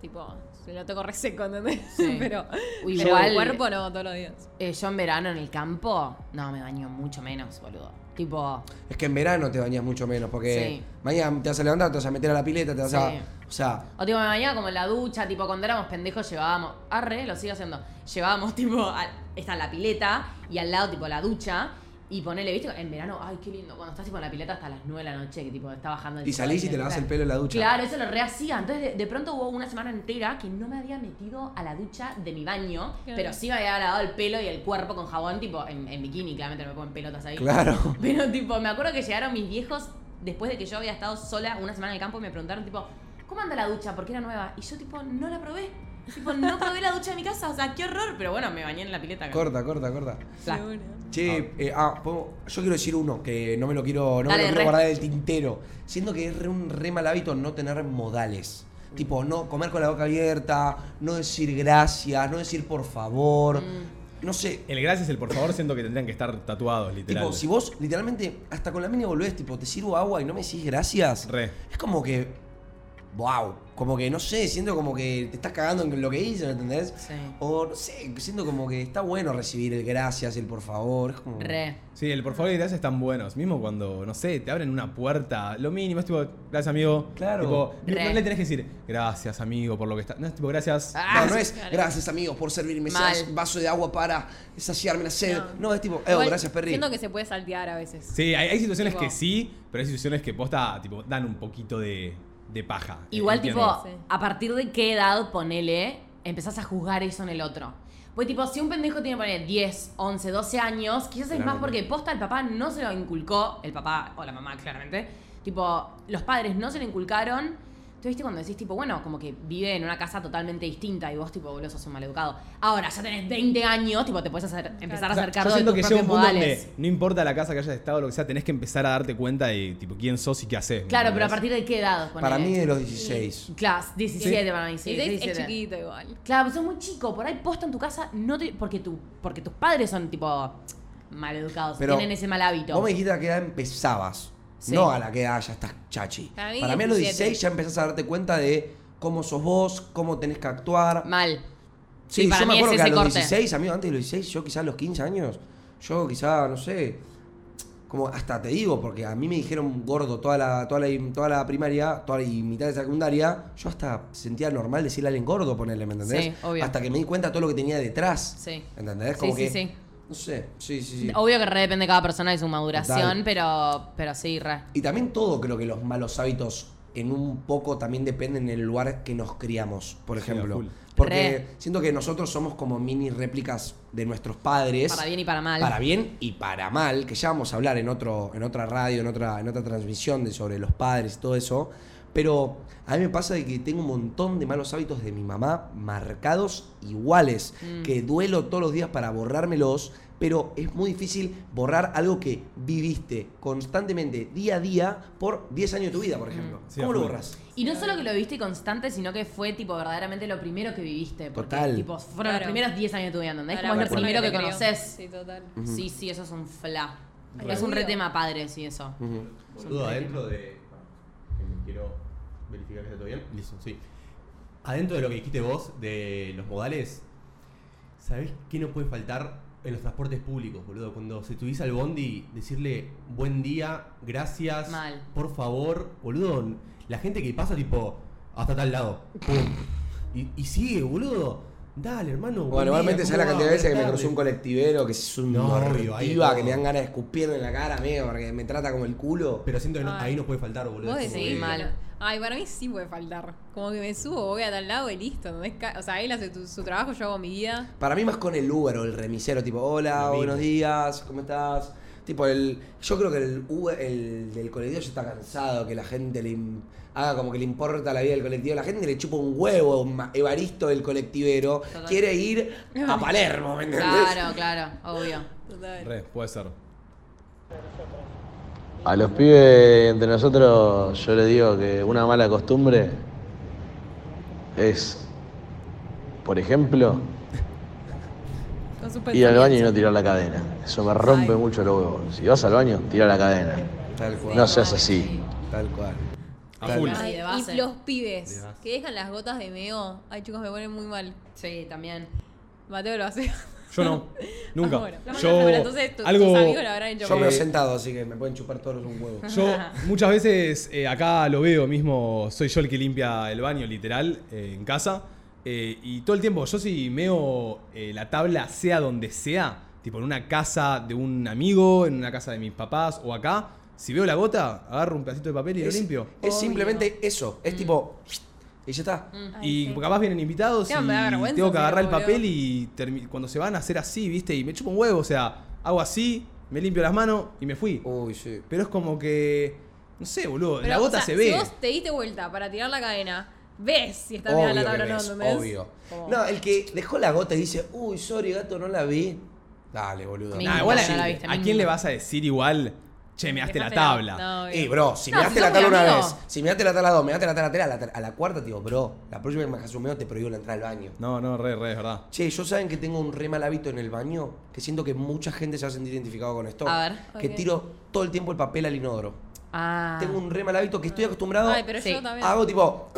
S4: tipo, se lo tengo reseco, ¿entendés?
S2: Sí.
S4: pero,
S2: Uy,
S4: pero
S2: igual-
S4: el cuerpo no, todos los días.
S2: Eh, yo en verano en el campo, no, me baño mucho menos, boludo. Tipo,
S3: Es que en verano te bañas mucho menos, porque
S2: Sí.
S3: mañana te vas a levantar, te vas a meter a la pileta, te vas a.
S2: Sí.
S3: O sea,
S2: o tipo, me bañaba como en la ducha, tipo, cuando éramos pendejos llevábamos, arre, lo sigo haciendo, llevábamos, tipo, a- está la pileta y al lado, tipo, la ducha. Y ponele, viste, en verano, ay, qué lindo, cuando estás tipo en la pileta hasta las 9 de la noche, que tipo, está bajando el
S3: y
S2: sol,
S3: salís y te lavas
S2: lavas
S3: el pelo en la ducha.
S2: Claro, eso lo rehacía. Entonces, de, de pronto hubo una semana entera que no me había metido a la ducha de mi baño,
S4: Claro.
S2: pero sí me había lavado el pelo y el cuerpo con jabón, tipo en, en bikini, claramente no me ponen pelotas ahí.
S3: Claro.
S2: Pero, tipo, me acuerdo que llegaron mis viejos después de que yo había estado sola una semana en el campo y me preguntaron, tipo, ¿cómo anda la ducha? Porque era nueva. Y yo, tipo, no la probé. Tipo, no probé la ducha de mi casa. O sea, qué horror. Pero bueno, me bañé en la pileta. acá.
S3: Corta, corta, corta.
S2: Fla.
S3: Che, eh, ah, ¿puedo? yo quiero decir uno que no me lo quiero, no me
S2: Dale,
S3: lo quiero
S2: re.
S3: guardar del tintero. Siento que es re un re mal hábito no tener modales.
S2: Mm.
S3: Tipo, no comer con la boca abierta, no decir gracias, no decir por favor.
S2: Mm.
S3: No sé, eh,
S1: El gracias, el por favor, siento que tendrían que estar tatuados, literal.
S3: tipo, si vos literalmente hasta con la mina volvés, tipo, te sirvo agua y no me decís gracias,
S1: Re.
S3: es como que. Wow, como que no sé, siento como que te estás cagando en lo que hice, ¿me entendés?
S2: Sí.
S3: O no sé, siento como que está bueno recibir el gracias, el por favor. Es como...
S2: Re.
S1: Sí, el por favor y gracias están buenos. Mismo cuando, no sé, te abren una puerta, lo mínimo es tipo, gracias amigo.
S3: Claro.
S1: Tipo, no,
S2: Re.
S1: no le tenés que decir, gracias amigo por lo que está. No es tipo, gracias.
S2: Ah.
S3: No, no es
S4: Claro.
S3: gracias amigos por servirme ese
S2: Mal.
S3: vaso de agua para saciarme la sed. No, es tipo, eh,
S4: Igual,
S3: gracias Perry.
S4: Siento que se puede saltear a veces.
S1: Sí, hay, hay situaciones
S4: Tipo-
S1: que sí, pero hay situaciones que posta, tipo, dan un poquito de, de paja.
S2: Igual,
S1: Entiendo.
S2: tipo,
S4: Sí.
S2: a partir de qué edad, ponele, empezás a juzgar eso en el otro. Pues, tipo, si un pendejo tiene, ponele, 10, 11, 12 años, quizás es más
S1: Claramente.
S2: porque posta el papá no se lo inculcó, el papá o la mamá, claramente. Tipo, los padres no se lo inculcaron. Tú viste cuando decís, tipo, bueno, como que vive en una casa totalmente distinta y vos, tipo, boludo, sos un maleducado. Ahora, ya tenés 20 años, tipo, te puedes empezar a
S1: O sea,
S2: hacer
S1: yo
S2: cargo de
S1: siento
S2: tus
S1: que llega
S2: propios
S1: un punto
S2: modales.
S1: donde no importa la casa que hayas estado, lo que sea, tenés que empezar a darte cuenta de tipo quién sos y qué haces. ¿me
S2: Claro, pero a
S1: entendés?
S2: partir de qué edad, ponele.
S3: Para mí de los 16.
S2: Class, 17 para mí, sí,
S4: Y seis
S2: 17.
S4: es chiquito igual.
S2: Claro, pero sos muy chico, por ahí posta en tu casa, no te, porque, tu, porque tus padres son tipo maleducados,
S3: Pero
S2: tienen ese mal hábito.
S3: Vos me dijiste a qué edad empezabas.
S2: Sí.
S3: No a la que edad ya estás chachi.
S4: Para mí
S3: a los
S4: 17.
S3: 16 ya empezás a darte cuenta de cómo sos vos, cómo tenés que actuar.
S2: Mal.
S3: Sí,
S2: Sí, para
S3: yo me
S2: mí
S3: acuerdo
S2: es
S3: que a
S2: ese
S3: los
S2: corte.
S3: 16, amigo, antes de los 16, yo quizás a los 15 años, yo quizás, no sé, como hasta te digo, porque a mí me dijeron gordo toda la, toda la, toda la primaria toda la, y mitad de secundaria, yo hasta sentía normal decirle a alguien gordo, ponerle, ¿me entendés?
S2: Sí, obvio.
S3: Hasta que me di cuenta de todo lo que tenía detrás.
S2: Sí.
S3: ¿Entendés? Como
S2: Sí, sí,
S3: que,
S2: sí.
S3: No sé, sí, sí, sí.
S2: Obvio que re depende de cada persona de su
S3: Total.
S2: maduración, pero, pero sí, re.
S3: Y también todo creo que los malos hábitos en un poco también dependen del lugar que nos criamos, por
S1: Sí, a
S3: ejemplo.
S1: full.
S3: Porque
S2: Re.
S3: siento que nosotros somos como mini réplicas de nuestros padres.
S2: Para bien y para mal.
S3: Para bien y para mal, que ya vamos a hablar en, otro, en otra radio, en otra, en otra transmisión de, sobre los padres y todo eso. Pero a mí me pasa de que tengo un montón de malos hábitos de mi mamá marcados iguales, que duelo todos los días para borrármelos, pero es muy difícil borrar algo que viviste constantemente, día a día, por 10 años de tu vida, por ejemplo.
S1: Sí,
S3: ¿Cómo
S1: a
S3: lo
S1: full.
S3: borras?
S2: Y no solo que lo viviste constante, sino que fue tipo verdaderamente lo primero que viviste. Porque,
S3: Total.
S2: Tipo, fueron los
S4: Claro.
S2: primeros 10 años de tu vida, ¿entendés?
S4: A la
S2: Como es lo
S4: persona
S2: primero que
S4: te crió.
S2: conoces.
S4: Sí, total.
S2: Sí, sí, eso es un fla.
S4: Ay,
S2: Es un re
S4: obvio.
S2: tema padres y eso.
S3: Ujú.
S7: Boludo, adentro de. Quiero verificar que está todo bien. Listo, sí. Adentro de lo que dijiste vos, de los modales, ¿sabés qué no puede faltar en los transportes públicos, boludo? Cuando se subís al bondi, decirle buen día, gracias,
S2: Mal.
S7: por favor, boludo. La gente que pasa, tipo, hasta tal lado, pum. Y, y sigue, boludo. Dale, hermano. buen
S3: Bueno, igualmente
S7: día,
S3: sabes la
S7: ¿cómo
S3: cantidad de
S7: va?
S3: veces que me
S7: Buenas
S3: cruzó un
S7: tardes.
S3: colectivero que es un
S7: No, obvio, ahí
S3: hortiva,
S7: no.
S3: que me dan ganas de escupirle en la cara, amigo, porque me trata como el culo.
S7: Pero siento que no-
S4: Ay.
S7: ahí no puede faltar, boludo.
S4: Vos
S7: Es como
S4: decís,
S7: que-
S2: mal.
S4: Ay, para mí sí puede faltar. Como que me subo, voy a tal lado y listo. ¿no? Es ca- O sea, él hace tu- su trabajo, yo hago mi vida.
S3: Para mí más con el Uber o el remisero, tipo, hola,
S7: Lo mismo.
S3: buenos días, ¿cómo estás? Tipo, el, yo creo que el Uber, el del colectivo ya está cansado, que la gente le im- haga como que le importa la vida del colectivo. La gente le chupa un huevo, un ma- Evaristo del colectivero,
S2: Total.
S3: quiere ir a Palermo, ¿me entendés?
S2: Claro, claro, obvio.
S4: Total.
S1: Re, puede ser.
S8: A los pibes entre nosotros yo le digo que una mala costumbre es, por ejemplo,
S4: Con sus
S8: ir al baño y
S4: pensamientos.
S8: no tirar la cadena. Eso me rompe
S4: Ay.
S8: mucho los huevos. Si vas al baño, tira la cadena.
S3: Tal cual,
S8: No seas así.
S3: tal cual.
S1: A
S3: Tal
S1: full.
S3: cual.
S2: Sí, de base.
S4: Y los pibes
S7: De base.
S4: que dejan las gotas de meo. Ay, chicos, me ponen muy mal.
S2: Sí, también.
S4: Mateo lo hace.
S1: Yo no. Nunca.
S4: Ah, bueno. La
S1: Yo.
S4: mayoría, entonces, tu-
S1: algo,
S4: tus amigos lo habrán hecho
S3: Yo me lo
S1: Eh,
S3: sentado, así que me pueden chupar todos un huevo.
S1: Yo muchas veces eh, acá lo veo mismo, soy yo el que limpia el baño literal eh, en casa. eh, y todo el tiempo, yo si meo eh, la tabla sea donde sea, tipo en una casa de un amigo, en una casa de mis papás o acá, si veo la gota, agarro un pedacito de papel y lo limpio.
S3: Es simplemente eso, es tipo, y ya está.
S4: Mm.
S1: Y
S4: Ay, sí.
S1: capaz vienen invitados y
S4: Ya, me da vergüenza,
S1: tengo que
S4: pero,
S1: agarrar el
S4: boludo.
S1: papel y termi- cuando se van a hacer así, ¿viste? Y me chupo un huevo, o sea, hago así, me limpio las manos y me fui.
S3: Uy, sí.
S1: Pero es como que. No sé, boludo.
S4: Pero,
S1: la
S4: o
S1: bota
S4: sea,
S1: se ve.
S4: Si vos te diste vuelta para tirar la cadena, ves si está bien
S3: Obvio,
S4: la
S3: que
S4: tabla o no, Oh.
S3: ves,
S4: ¿entendés?
S3: obvio.
S4: Como-
S3: No, el que dejó la gota y dice, uy, sorry, gato, no la vi. Dale, boludo.
S2: Mínimo,
S1: Nah, igual
S2: no
S1: a,
S2: la viste,
S1: ¿a
S2: mínimo.
S1: quién le vas a decir igual? Che, me daste la
S4: Dejátela.
S1: tabla.
S4: No, obvio.
S3: Y bro, si
S2: No, si
S3: me daste la
S2: somos
S3: tabla una
S2: amigos.
S3: vez, si me daste la tabla dos, me daste la tabla tres, a la, ter- a la cuarta te digo, bro, la próxima vez que me hagas un medio te prohíbo la entrada al baño.
S1: No, no, re, re, es verdad.
S3: Che, yo saben que tengo un re mal hábito en el baño, que siento que mucha gente se va a sentir identificado con esto.
S2: A ver.
S3: Que
S4: Ok.
S3: tiro todo el tiempo el papel al inodoro.
S2: Ah.
S3: Tengo un re mal hábito que estoy acostumbrado.
S4: Ay, pero
S2: Sí.
S4: yo también.
S3: Hago tipo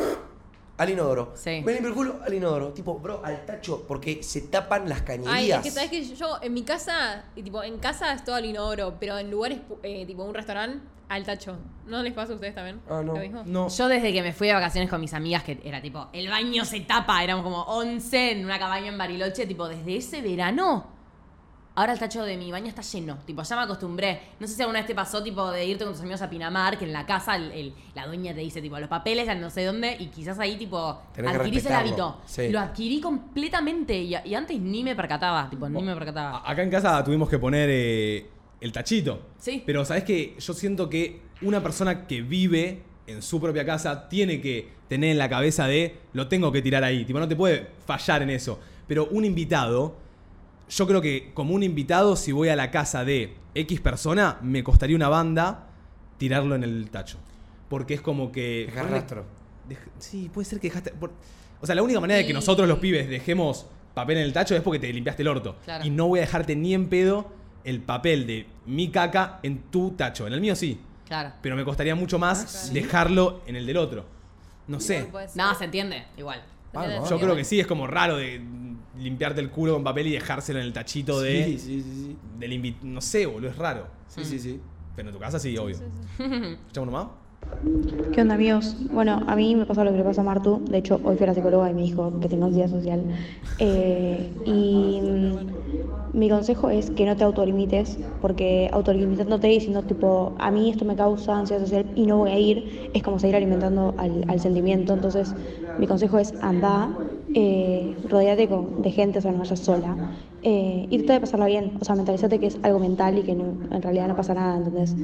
S3: al inodoro.
S2: Sí.
S3: Me limpio el culo al inodoro. Tipo, bro, al tacho, porque se tapan las cañerías.
S4: Ay, es que sabes que yo en mi casa, y tipo, en casa es todo al inodoro, pero en lugares pu- eh, tipo un restaurante, al tacho. ¿No les pasa a ustedes también?
S3: Ah, no.
S4: ¿Lo mismo?
S1: No.
S2: Yo desde que me fui de vacaciones con mis amigas, que era tipo, el baño se tapa, éramos como 11 en una cabaña en Bariloche, tipo, desde ese verano, ahora el tacho de mi baño está lleno, tipo, ya me acostumbré. No sé si alguna vez te pasó, tipo, de irte con tus amigos a Pinamar, que en la casa el- el- la dueña te dice, tipo, los papeles al no sé dónde, y quizás ahí, tipo,
S3: Tenés que
S2: adquirís el
S3: respetarlo,
S2: hábito.
S3: sí.
S2: Lo adquirí completamente y, y antes ni me percataba, tipo, ni me percataba.
S3: Ah.
S1: A- Acá en casa tuvimos que poner eh, el tachito.
S2: Sí.
S1: Pero sabes que yo siento que una persona que vive en su propia casa tiene que tener en la cabeza de lo tengo que tirar ahí. Tipo, no te puede fallar en eso. Pero un invitado, yo creo que como un invitado, si voy a la casa de X persona, me costaría una banda tirarlo en el tacho. Porque es como que.
S3: Dejar rastro.
S1: Dej- sí, puede ser que dejaste. por- O sea, la única manera de que
S4: Sí.
S1: nosotros los pibes dejemos papel en el tacho es porque te limpiaste el orto.
S2: Claro.
S1: Y no voy a dejarte ni en pedo el papel de mi caca en tu tacho. En el mío sí.
S2: Claro.
S1: Pero me costaría mucho más dejarlo en el del otro. No sé.
S4: Puede ser.
S2: Nada, se entiende, igual.
S4: También
S3: Vamos,
S4: es
S1: Yo
S3: obvio.
S1: creo que sí, es como raro de mm, limpiarte el culo con papel y dejárselo en el tachito de.
S3: Sí, sí, sí, sí.
S1: Del invi- no sé, boludo, es raro.
S3: Sí, sí, sí.
S1: Pero en tu casa sí, obvio. ¿Escuchamos nomás?
S9: ¿Qué onda amigos? Bueno, a mí me pasa lo que le pasa a Martu. De hecho, hoy fui a la psicóloga y me dijo que tengo ansiedad social. Eh, y mm, mi consejo es que no te autolimites, porque autolimitándote y diciendo tipo, a mí esto me causa ansiedad social y no voy a ir, es como seguir alimentando al, al sentimiento. Entonces, mi consejo es anda, eh, rodeate con- de gente, o sea, no vayas sola. Eh, y trata de pasarla bien, o sea, mentalizate que es algo mental y que no- en realidad no pasa nada, entonces...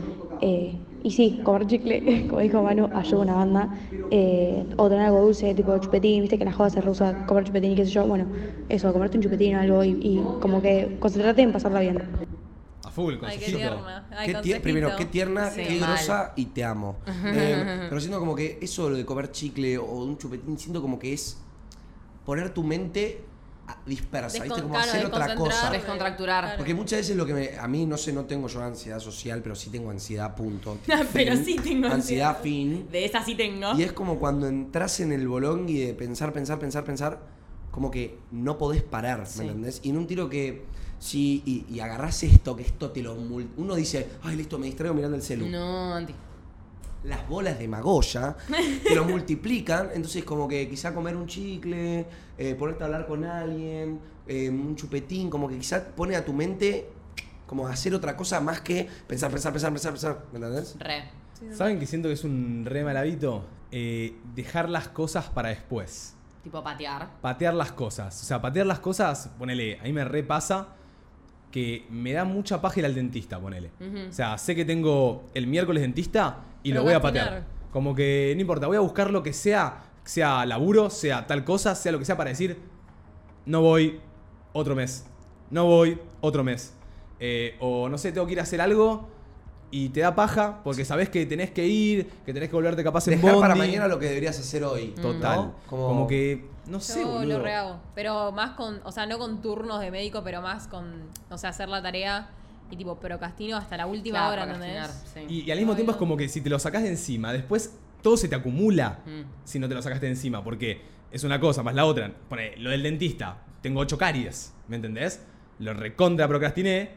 S9: Eh, y sí, comer chicle, como dijo Manu, ayuda una banda. Eh, o tener algo dulce, tipo chupetín, viste que en la joda se reusa comer chupetín y qué sé yo. Bueno, eso, comerte un chupetín o algo y, y como que concentrate en pasarla bien.
S1: A full,
S4: Ay, qué
S1: consejito.
S4: tierna. Ay,
S3: Qué tier-
S4: consejito.
S3: primero, qué tierna,
S2: Sí,
S3: qué
S2: mal.
S3: grosa y te amo. Eh, pero siento como que eso lo de comer chicle o un chupetín, siento como que es poner tu mente a- dispersa, ¿viste?
S4: Descon-
S3: Como
S4: claro,
S3: hacer otra cosa.
S4: desconcentrarte.
S2: Descontracturar.
S4: Claro.
S3: Porque muchas veces lo que me- a mí, no sé, no tengo yo ansiedad social, pero sí tengo ansiedad, punto.
S2: Pero
S3: Fin.
S2: sí tengo
S3: ansiedad.
S2: ansiedad.
S3: fin.
S2: De esa sí tengo.
S3: Y es como cuando entras en el bolón y de pensar, pensar, pensar, pensar, como que no podés parar, ¿me entendés? Y en un tiro que, si y, y agarrás esto, que esto te lo... mul- Uno dice, ay, listo, me distraigo mirando el celu.
S2: No, anti.
S3: Las bolas de Magoya te lo multiplican, entonces como que quizá comer un chicle, eh, ponerte a hablar con alguien, eh, un chupetín, como que quizá pone a tu mente como a hacer otra cosa más que pensar, pensar, pensar, pensar, pensar, ¿me entendés?
S2: Re.
S1: ¿Saben que siento que es un re mal hábito? Eh, dejar las cosas para después.
S2: Tipo patear.
S1: Patear las cosas. O sea, patear las cosas, ponele, a mí me repasa que me da mucha paja ir al dentista, ponele. O sea, sé que tengo el miércoles dentista y
S4: Pero
S1: lo voy a
S4: castigar.
S1: patear. Como que no importa, voy a buscar lo que sea, sea laburo, sea tal cosa, sea lo que sea para decir, no voy otro mes, no voy otro mes. Eh, o no sé, tengo que ir a hacer algo y te da paja porque sabés que tenés que ir, que tenés que volverte capaz en
S3: Dejar para
S1: bondi.
S3: mañana lo que deberías hacer hoy.
S1: Total.
S3: ¿no?
S1: Como... que, no
S4: Yo
S1: sé, boludo.
S4: lo rehago. Pero más con, o sea, no con turnos de médico, pero más con, o sea, hacer la tarea y tipo procrastino hasta la última
S2: Claro,
S4: hora,
S2: procrastinar,
S4: ¿entendés?
S2: sí.
S1: Y, y al mismo
S4: Ay,
S1: tiempo
S4: no.
S1: es como que si te lo sacas de encima, después todo se te acumula
S2: Mm.
S1: si no te lo sacaste de encima, porque es una cosa más la otra. Pone, lo del dentista, tengo ocho caries, ¿me entendés? Lo recontra procrastiné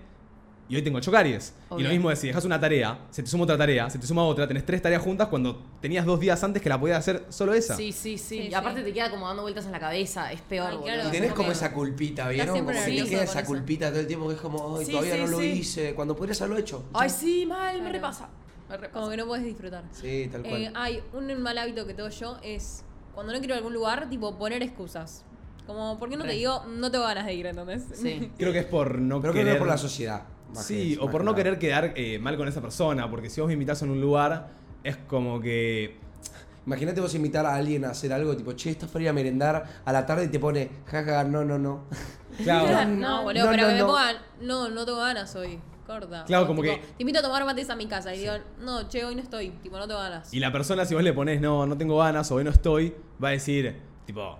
S1: y hoy tengo ocho caries. Y
S2: Obvio.
S1: lo mismo es si dejas una tarea, se te suma otra tarea, se te suma otra, tenés tres tareas juntas cuando tenías dos días antes que la podías hacer solo esa.
S2: Sí, sí, sí.
S4: Sí,
S2: Y aparte
S4: sí.
S2: te queda como dando vueltas en la cabeza. Es peor,
S4: Ay,
S2: boludo.
S4: claro.
S3: Y tenés como esa culpita, ¿vieron? Como
S4: siempre
S3: que te
S4: nervioso
S3: queda
S4: con
S3: esa
S4: eso.
S3: culpita todo el tiempo que es como, ay,
S2: Sí,
S3: todavía
S2: sí,
S3: no lo
S2: sí.
S3: hice, cuando podrías haberlo hecho.
S2: Ay, sí, mal, me
S4: Claro.
S2: repasa. Me repasa.
S4: Como que no puedes disfrutar.
S3: Sí, tal cual.
S4: Eh, hay un mal hábito que tengo yo es cuando no quiero ir a algún lugar, tipo poner excusas. Como, ¿por qué no
S2: Re.
S4: te digo, no tengo ganas de ir, ¿entendés?
S2: Sí.
S1: Creo que es por no
S3: Pero creo
S1: querer...
S3: que es por la sociedad. más
S1: Sí,
S3: que-
S1: o
S3: más
S1: por
S3: que
S1: no
S3: nada.
S1: querer quedar eh, mal con esa persona, porque si vos me invitás a un lugar es como que.
S3: Imagínate vos invitar a alguien a hacer algo tipo, che, estás para ir a merendar a la tarde y te pone, jaja, no, no, no.
S1: Claro.
S4: No, boludo,
S3: No,
S4: pero
S3: no,
S4: que me
S3: no.
S4: pongan. No, no tengo ganas hoy. Corta.
S1: Claro,
S4: O
S1: como
S4: tipo,
S1: que-
S4: Te invito a tomar mates a mi casa. Y digo, no, che, hoy no estoy. Tipo, no tengo ganas.
S1: Y la persona, si vos le pones, no, no tengo ganas o hoy no estoy, va a decir, tipo,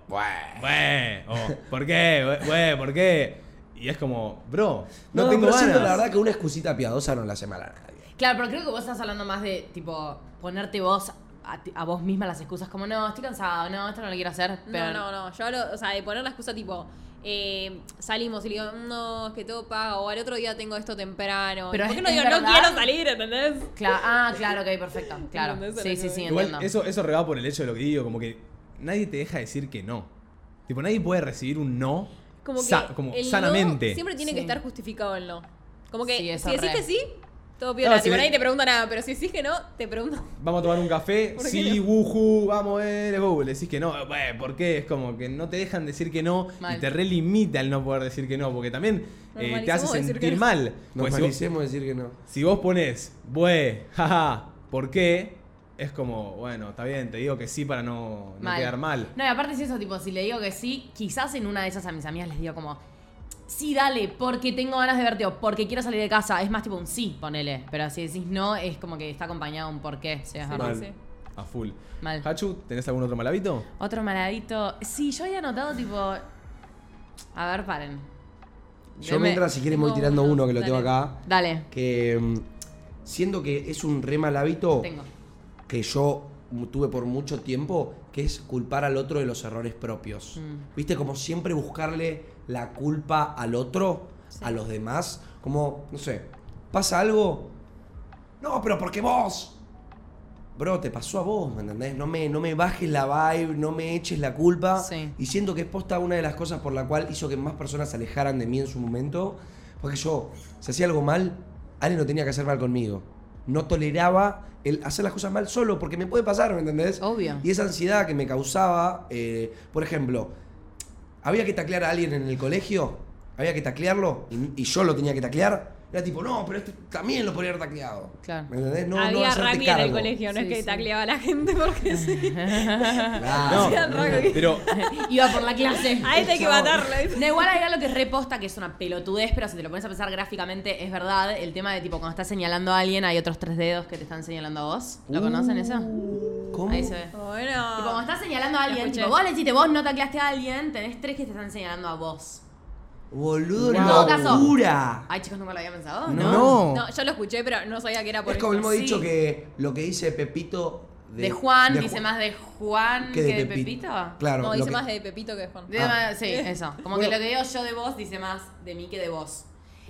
S1: güey, o ¿por qué? Güey, ¿por qué? Y es como, bro, no,
S3: No,
S1: tengo
S3: pero siento
S1: ganas.
S3: la verdad que una excusita piadosa no la hace mal a nadie.
S2: Claro, pero creo que vos estás hablando más de, tipo, ponerte vos a, ti- a vos misma las excusas, como, no, estoy cansado, no, esto no lo quiero hacer. Pero
S4: No, no, no. Yo hablo, o sea, de poner la excusa tipo, eh, salimos y le digo, no, es que todo paga, o al otro día tengo esto temprano.
S2: Pero
S4: ¿Y
S2: es-
S4: ¿Por qué no
S2: es
S4: digo, no
S2: verdad".
S4: quiero salir, ¿entendés?
S2: Cla- ah, claro, ok, perfecto. Claro.
S4: ¿Entendés a lo
S2: Sí, sí,
S4: que
S2: sí,
S4: voy?
S1: Igual,
S2: entiendo.
S1: eso, eso regaba por el hecho de lo que digo, como que nadie te deja decir que no. Tipo, nadie puede recibir un no
S4: Como que
S1: sa- como
S4: el no
S1: sanamente.
S4: siempre tiene que
S2: Sí.
S4: estar justificado el no. Como que
S2: Sí, eso
S4: si decís
S2: re.
S4: que sí, todo piola.
S1: No, si
S4: tipo,
S1: le-
S4: nadie te pregunta nada, pero si decís que no, te pregunto.
S1: Vamos a tomar un café,
S4: ¿Por qué
S1: sí, wuju, vamos, eh, uh, le decís que no, eh, ¿por qué? Es como que no te dejan decir que no
S2: Mal.
S1: y te relimita el no poder decir que no, porque también eh, te hace
S4: Normalicemos decir que
S1: sentir
S4: no.
S1: mal. Porque si vos-
S3: Normalicemos decir que no.
S1: Si vos pones, bue, jaja, ¿por qué? Es como, bueno, está bien, te digo que sí para no, no
S2: Mal.
S1: quedar mal.
S2: No, y aparte es eso, tipo, si le digo que sí, quizás en una de esas a mis amigas les digo como, sí, dale, porque tengo ganas de verte o porque quiero salir de casa. Es más tipo un sí, ponele. Pero si decís no, es como que está acompañado un por qué. Sí, es verdad.
S1: Mal.
S4: sí.
S1: A full.
S2: Mal.
S1: Hachu, ¿tenés algún otro mal hábito?
S2: Otro maladito. Sí, yo había notado tipo... A ver, paren.
S3: Yo
S2: Deme-
S3: mientras, si quieren, voy
S4: tengo
S3: tirando
S4: uno,
S3: uno que lo tengo
S4: dale.
S3: acá.
S2: Dale,
S3: Que mm, siento que es un re mal hábito
S2: tengo.
S3: que yo mu- tuve por mucho tiempo, que es culpar al otro de los errores propios. ¿Viste? Como siempre buscarle la culpa al otro, a los demás. Como, no sé, pasa algo. No, pero porque vos. Bro, te pasó a vos, ¿me entendés? No me, no me bajes la vibe, no me eches la culpa.
S2: Sí.
S3: Y siento que es posta una de las cosas por la cual hizo que más personas se alejaran de mí en su momento. Porque yo, si hacía algo mal, alguien lo tenía que hacer mal conmigo. No toleraba el hacer las cosas mal solo, porque me puede pasar, ¿me entendés?
S2: Obvio.
S3: Y esa ansiedad que me causaba, eh, por ejemplo, había que taclear a alguien en el colegio, había que taclearlo, y, y yo lo tenía que taclear. Era tipo, no, pero este también lo podría haber tacleado.
S2: Claro.
S3: ¿Me entendés? No, no
S4: Había
S3: hacerte
S4: Rami en el
S3: cargo.
S4: colegio, no
S2: Sí,
S4: es que
S2: sí.
S4: tacleaba a la gente porque sí.
S3: Claro.
S1: No,
S4: Rami.
S1: pero
S2: Iba por la clase.
S4: A este hay que matarlo.
S2: No, igual hay algo que es reposta, que es una pelotudez, pero si te lo pones a pensar gráficamente, es verdad. El tema de tipo, cuando estás señalando a alguien, hay otros tres dedos que te están señalando a vos. ¿Lo conocen eso?
S3: ¿Cómo?
S2: Ahí se ve. Tipo, cuando
S4: Bueno.
S2: estás señalando a alguien,
S4: escuché.
S2: tipo, vos le dijiste, vos no tacleaste a alguien, tenés tres que te están señalando a vos.
S3: Boludo,
S2: En todo caso-
S3: locura.
S2: Ay, chicos, nunca lo había pensado.
S3: No.
S4: No, yo lo escuché, pero no sabía que era por
S3: Es como el
S4: eso.
S3: mismo dicho
S2: Sí.
S3: que lo que dice Pepito
S2: De, Juan,
S3: de
S2: dice
S3: Ju-
S2: más de Juan que de, Pepito.
S3: Claro.
S4: No,
S3: lo
S4: dice
S3: que-
S4: más de Pepito que de Juan.
S2: De-
S3: Ah.
S2: Sí, eso. Como que lo que digo yo de vos dice más de mí que de vos.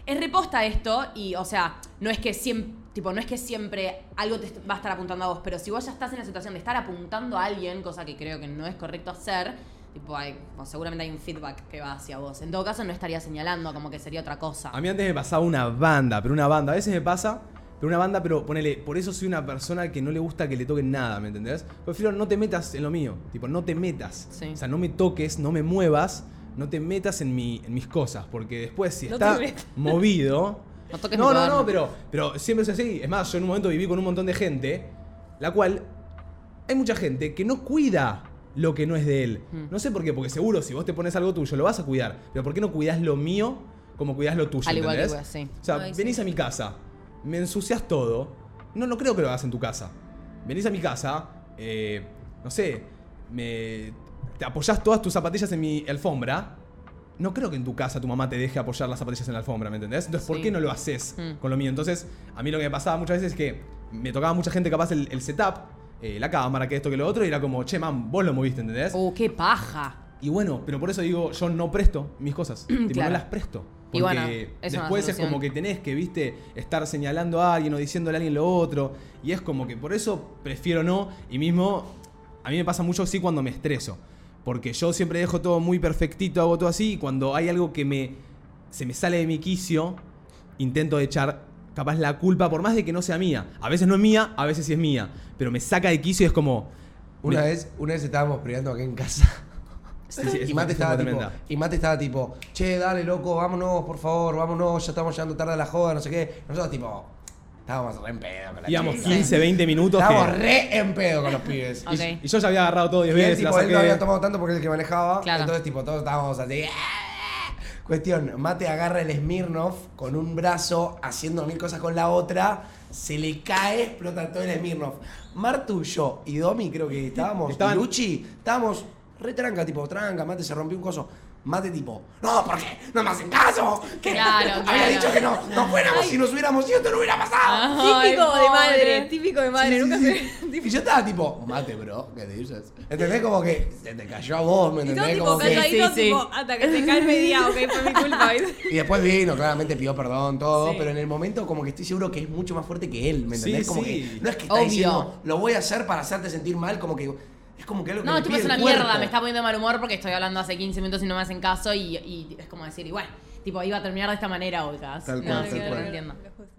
S2: Es reposta esto y, o sea, no es que siempre, tipo, no es que siempre algo te est- va a estar apuntando a vos, pero si vos ya estás en la situación de estar apuntando a alguien, cosa que creo que no es correcto hacer, tipo, hay- o seguramente hay un feedback que va hacia vos. En todo caso, no estaría señalando, como que sería otra cosa.
S1: a mí antes me pasaba una banda, pero una banda. A veces me pasa, pero una banda, pero ponele, por eso soy una persona que no le gusta que le toquen nada, ¿me entendés? Prefiero no te metas en lo mío, tipo, no te metas.
S2: Sí.
S1: O sea, no me toques, no me muevas, no te metas en, mi, en mis cosas, porque después si
S4: No te
S1: está
S4: metas.
S1: movido...
S2: No toques
S1: No,
S2: mi
S1: no,
S2: cuaderno.
S1: no, pero, pero siempre es así. Es más, yo en un momento viví con un montón de gente, la cual hay mucha gente que no cuida lo que no es de él.
S2: Hmm.
S1: No sé por qué, porque seguro si vos te pones algo tuyo, lo vas a cuidar. Pero ¿por qué no cuidás lo mío como cuidás lo tuyo?
S2: Al igual que
S1: ¿entendés?
S2: vos, sí.
S1: O sea,
S4: Ay, sí.
S1: venís a mi casa, me ensucias todo. No, no creo que lo hagas en tu casa. Venís a mi casa, eh, no sé, me, te apoyás todas tus zapatillas en mi alfombra. No creo que en tu casa tu mamá te deje apoyar las zapatillas en la alfombra, ¿me entendés? Entonces, ¿por
S2: Sí.
S1: qué no lo haces
S2: Mm.
S1: con lo mío? Entonces, a mí lo que me pasaba muchas veces es que me tocaba mucha gente capaz el, el setup, eh, la cámara, que esto, que lo otro, y era como, che, mam, vos lo moviste, ¿entendés?
S2: Uh, qué paja.
S1: Y bueno, pero por eso digo, yo no presto mis cosas. tipo,
S2: Claro.
S1: no las presto. Porque
S2: Y bueno, es una
S1: después es
S2: solución.
S1: como que tenés que, viste, estar señalando a alguien o diciéndole a alguien lo otro. Y es como que por eso prefiero no. Y mismo, a mí me pasa mucho sí cuando me estreso. Porque yo siempre dejo todo muy perfectito, hago todo así. Y cuando hay algo que me se me sale de mi quicio, intento echar capaz la culpa, por más de que no sea mía. A veces no es mía, a veces sí es mía. Pero me saca de quicio y es como...
S3: Una
S1: me-
S3: vez, una vez estábamos peleando acá en casa.
S1: Sí, sí, es
S3: y,
S1: una
S3: Mate estaba tipo,
S1: tremenda.
S3: y Mate estaba tipo, che, dale, loco, vámonos, por favor, vámonos, ya estamos llegando tarde a la joda, no sé qué. Nosotros tipo, Estábamos re en pedo con la
S1: Digamos
S3: chica.
S1: 15, 20 minutos.
S3: Estábamos
S1: que-
S3: re en pedo con los pibes.
S1: Y, y yo ya había agarrado todo 10
S3: Y él,
S1: veces. la
S3: tipo, él no
S1: saqué.
S3: había tomado tanto porque es el que manejaba. Entonces, tipo, todos estábamos así. ¡ah! Cuestión, Mate agarra el Smirnoff con un brazo, haciendo mil cosas con la otra, se le cae, explota todo el Smirnoff. Martu, yo y Domi creo que estábamos,
S1: Estaban-
S3: y Luchi, estábamos re tranca, tipo, tranca, Mate se rompió un coso. Mate tipo, no, ¿por qué? No me hacen caso. Que
S4: Claro,
S3: había
S4: claro.
S3: dicho que no, no fuéramos,
S4: Ay. Ah.
S3: si nos hubiéramos ido, esto no hubiera pasado.
S4: Típico
S2: Ay,
S4: de
S2: pobre.
S4: madre, típico de madre.
S3: Sí,
S4: Nunca
S3: sí,
S4: se.
S3: sí. Y yo estaba tipo, mate, bro, ¿qué dices? ¿Entendés? Como que se te cayó a vos, ¿me
S4: Y todo
S3: entendés?
S4: tipo
S3: Como que...
S4: calladito,
S2: Sí, sí.
S4: tipo, hasta que se cae el media, ok, fue mi culpa. ¿viste?
S3: Y después vino, claramente pidió perdón, todo,
S4: Sí.
S3: pero en el momento como que estoy seguro que es mucho más fuerte que él, ¿me
S1: Sí,
S3: entendés? como
S1: sí.
S3: que no es que está
S2: Obvio.
S3: diciendo, lo voy a hacer para hacerte sentir mal, como que es como que algo que
S2: No,
S3: le
S2: tipo,
S3: pide
S2: es
S3: el
S2: una
S3: cuerpo.
S2: mierda, me está poniendo de mal humor porque estoy hablando hace 15 minutos y no me hacen caso y, y es como decir, igual, tipo, iba a terminar de esta manera o
S3: Tal
S2: no, no,
S3: cual, tal
S2: no
S3: cual.
S2: entiendo.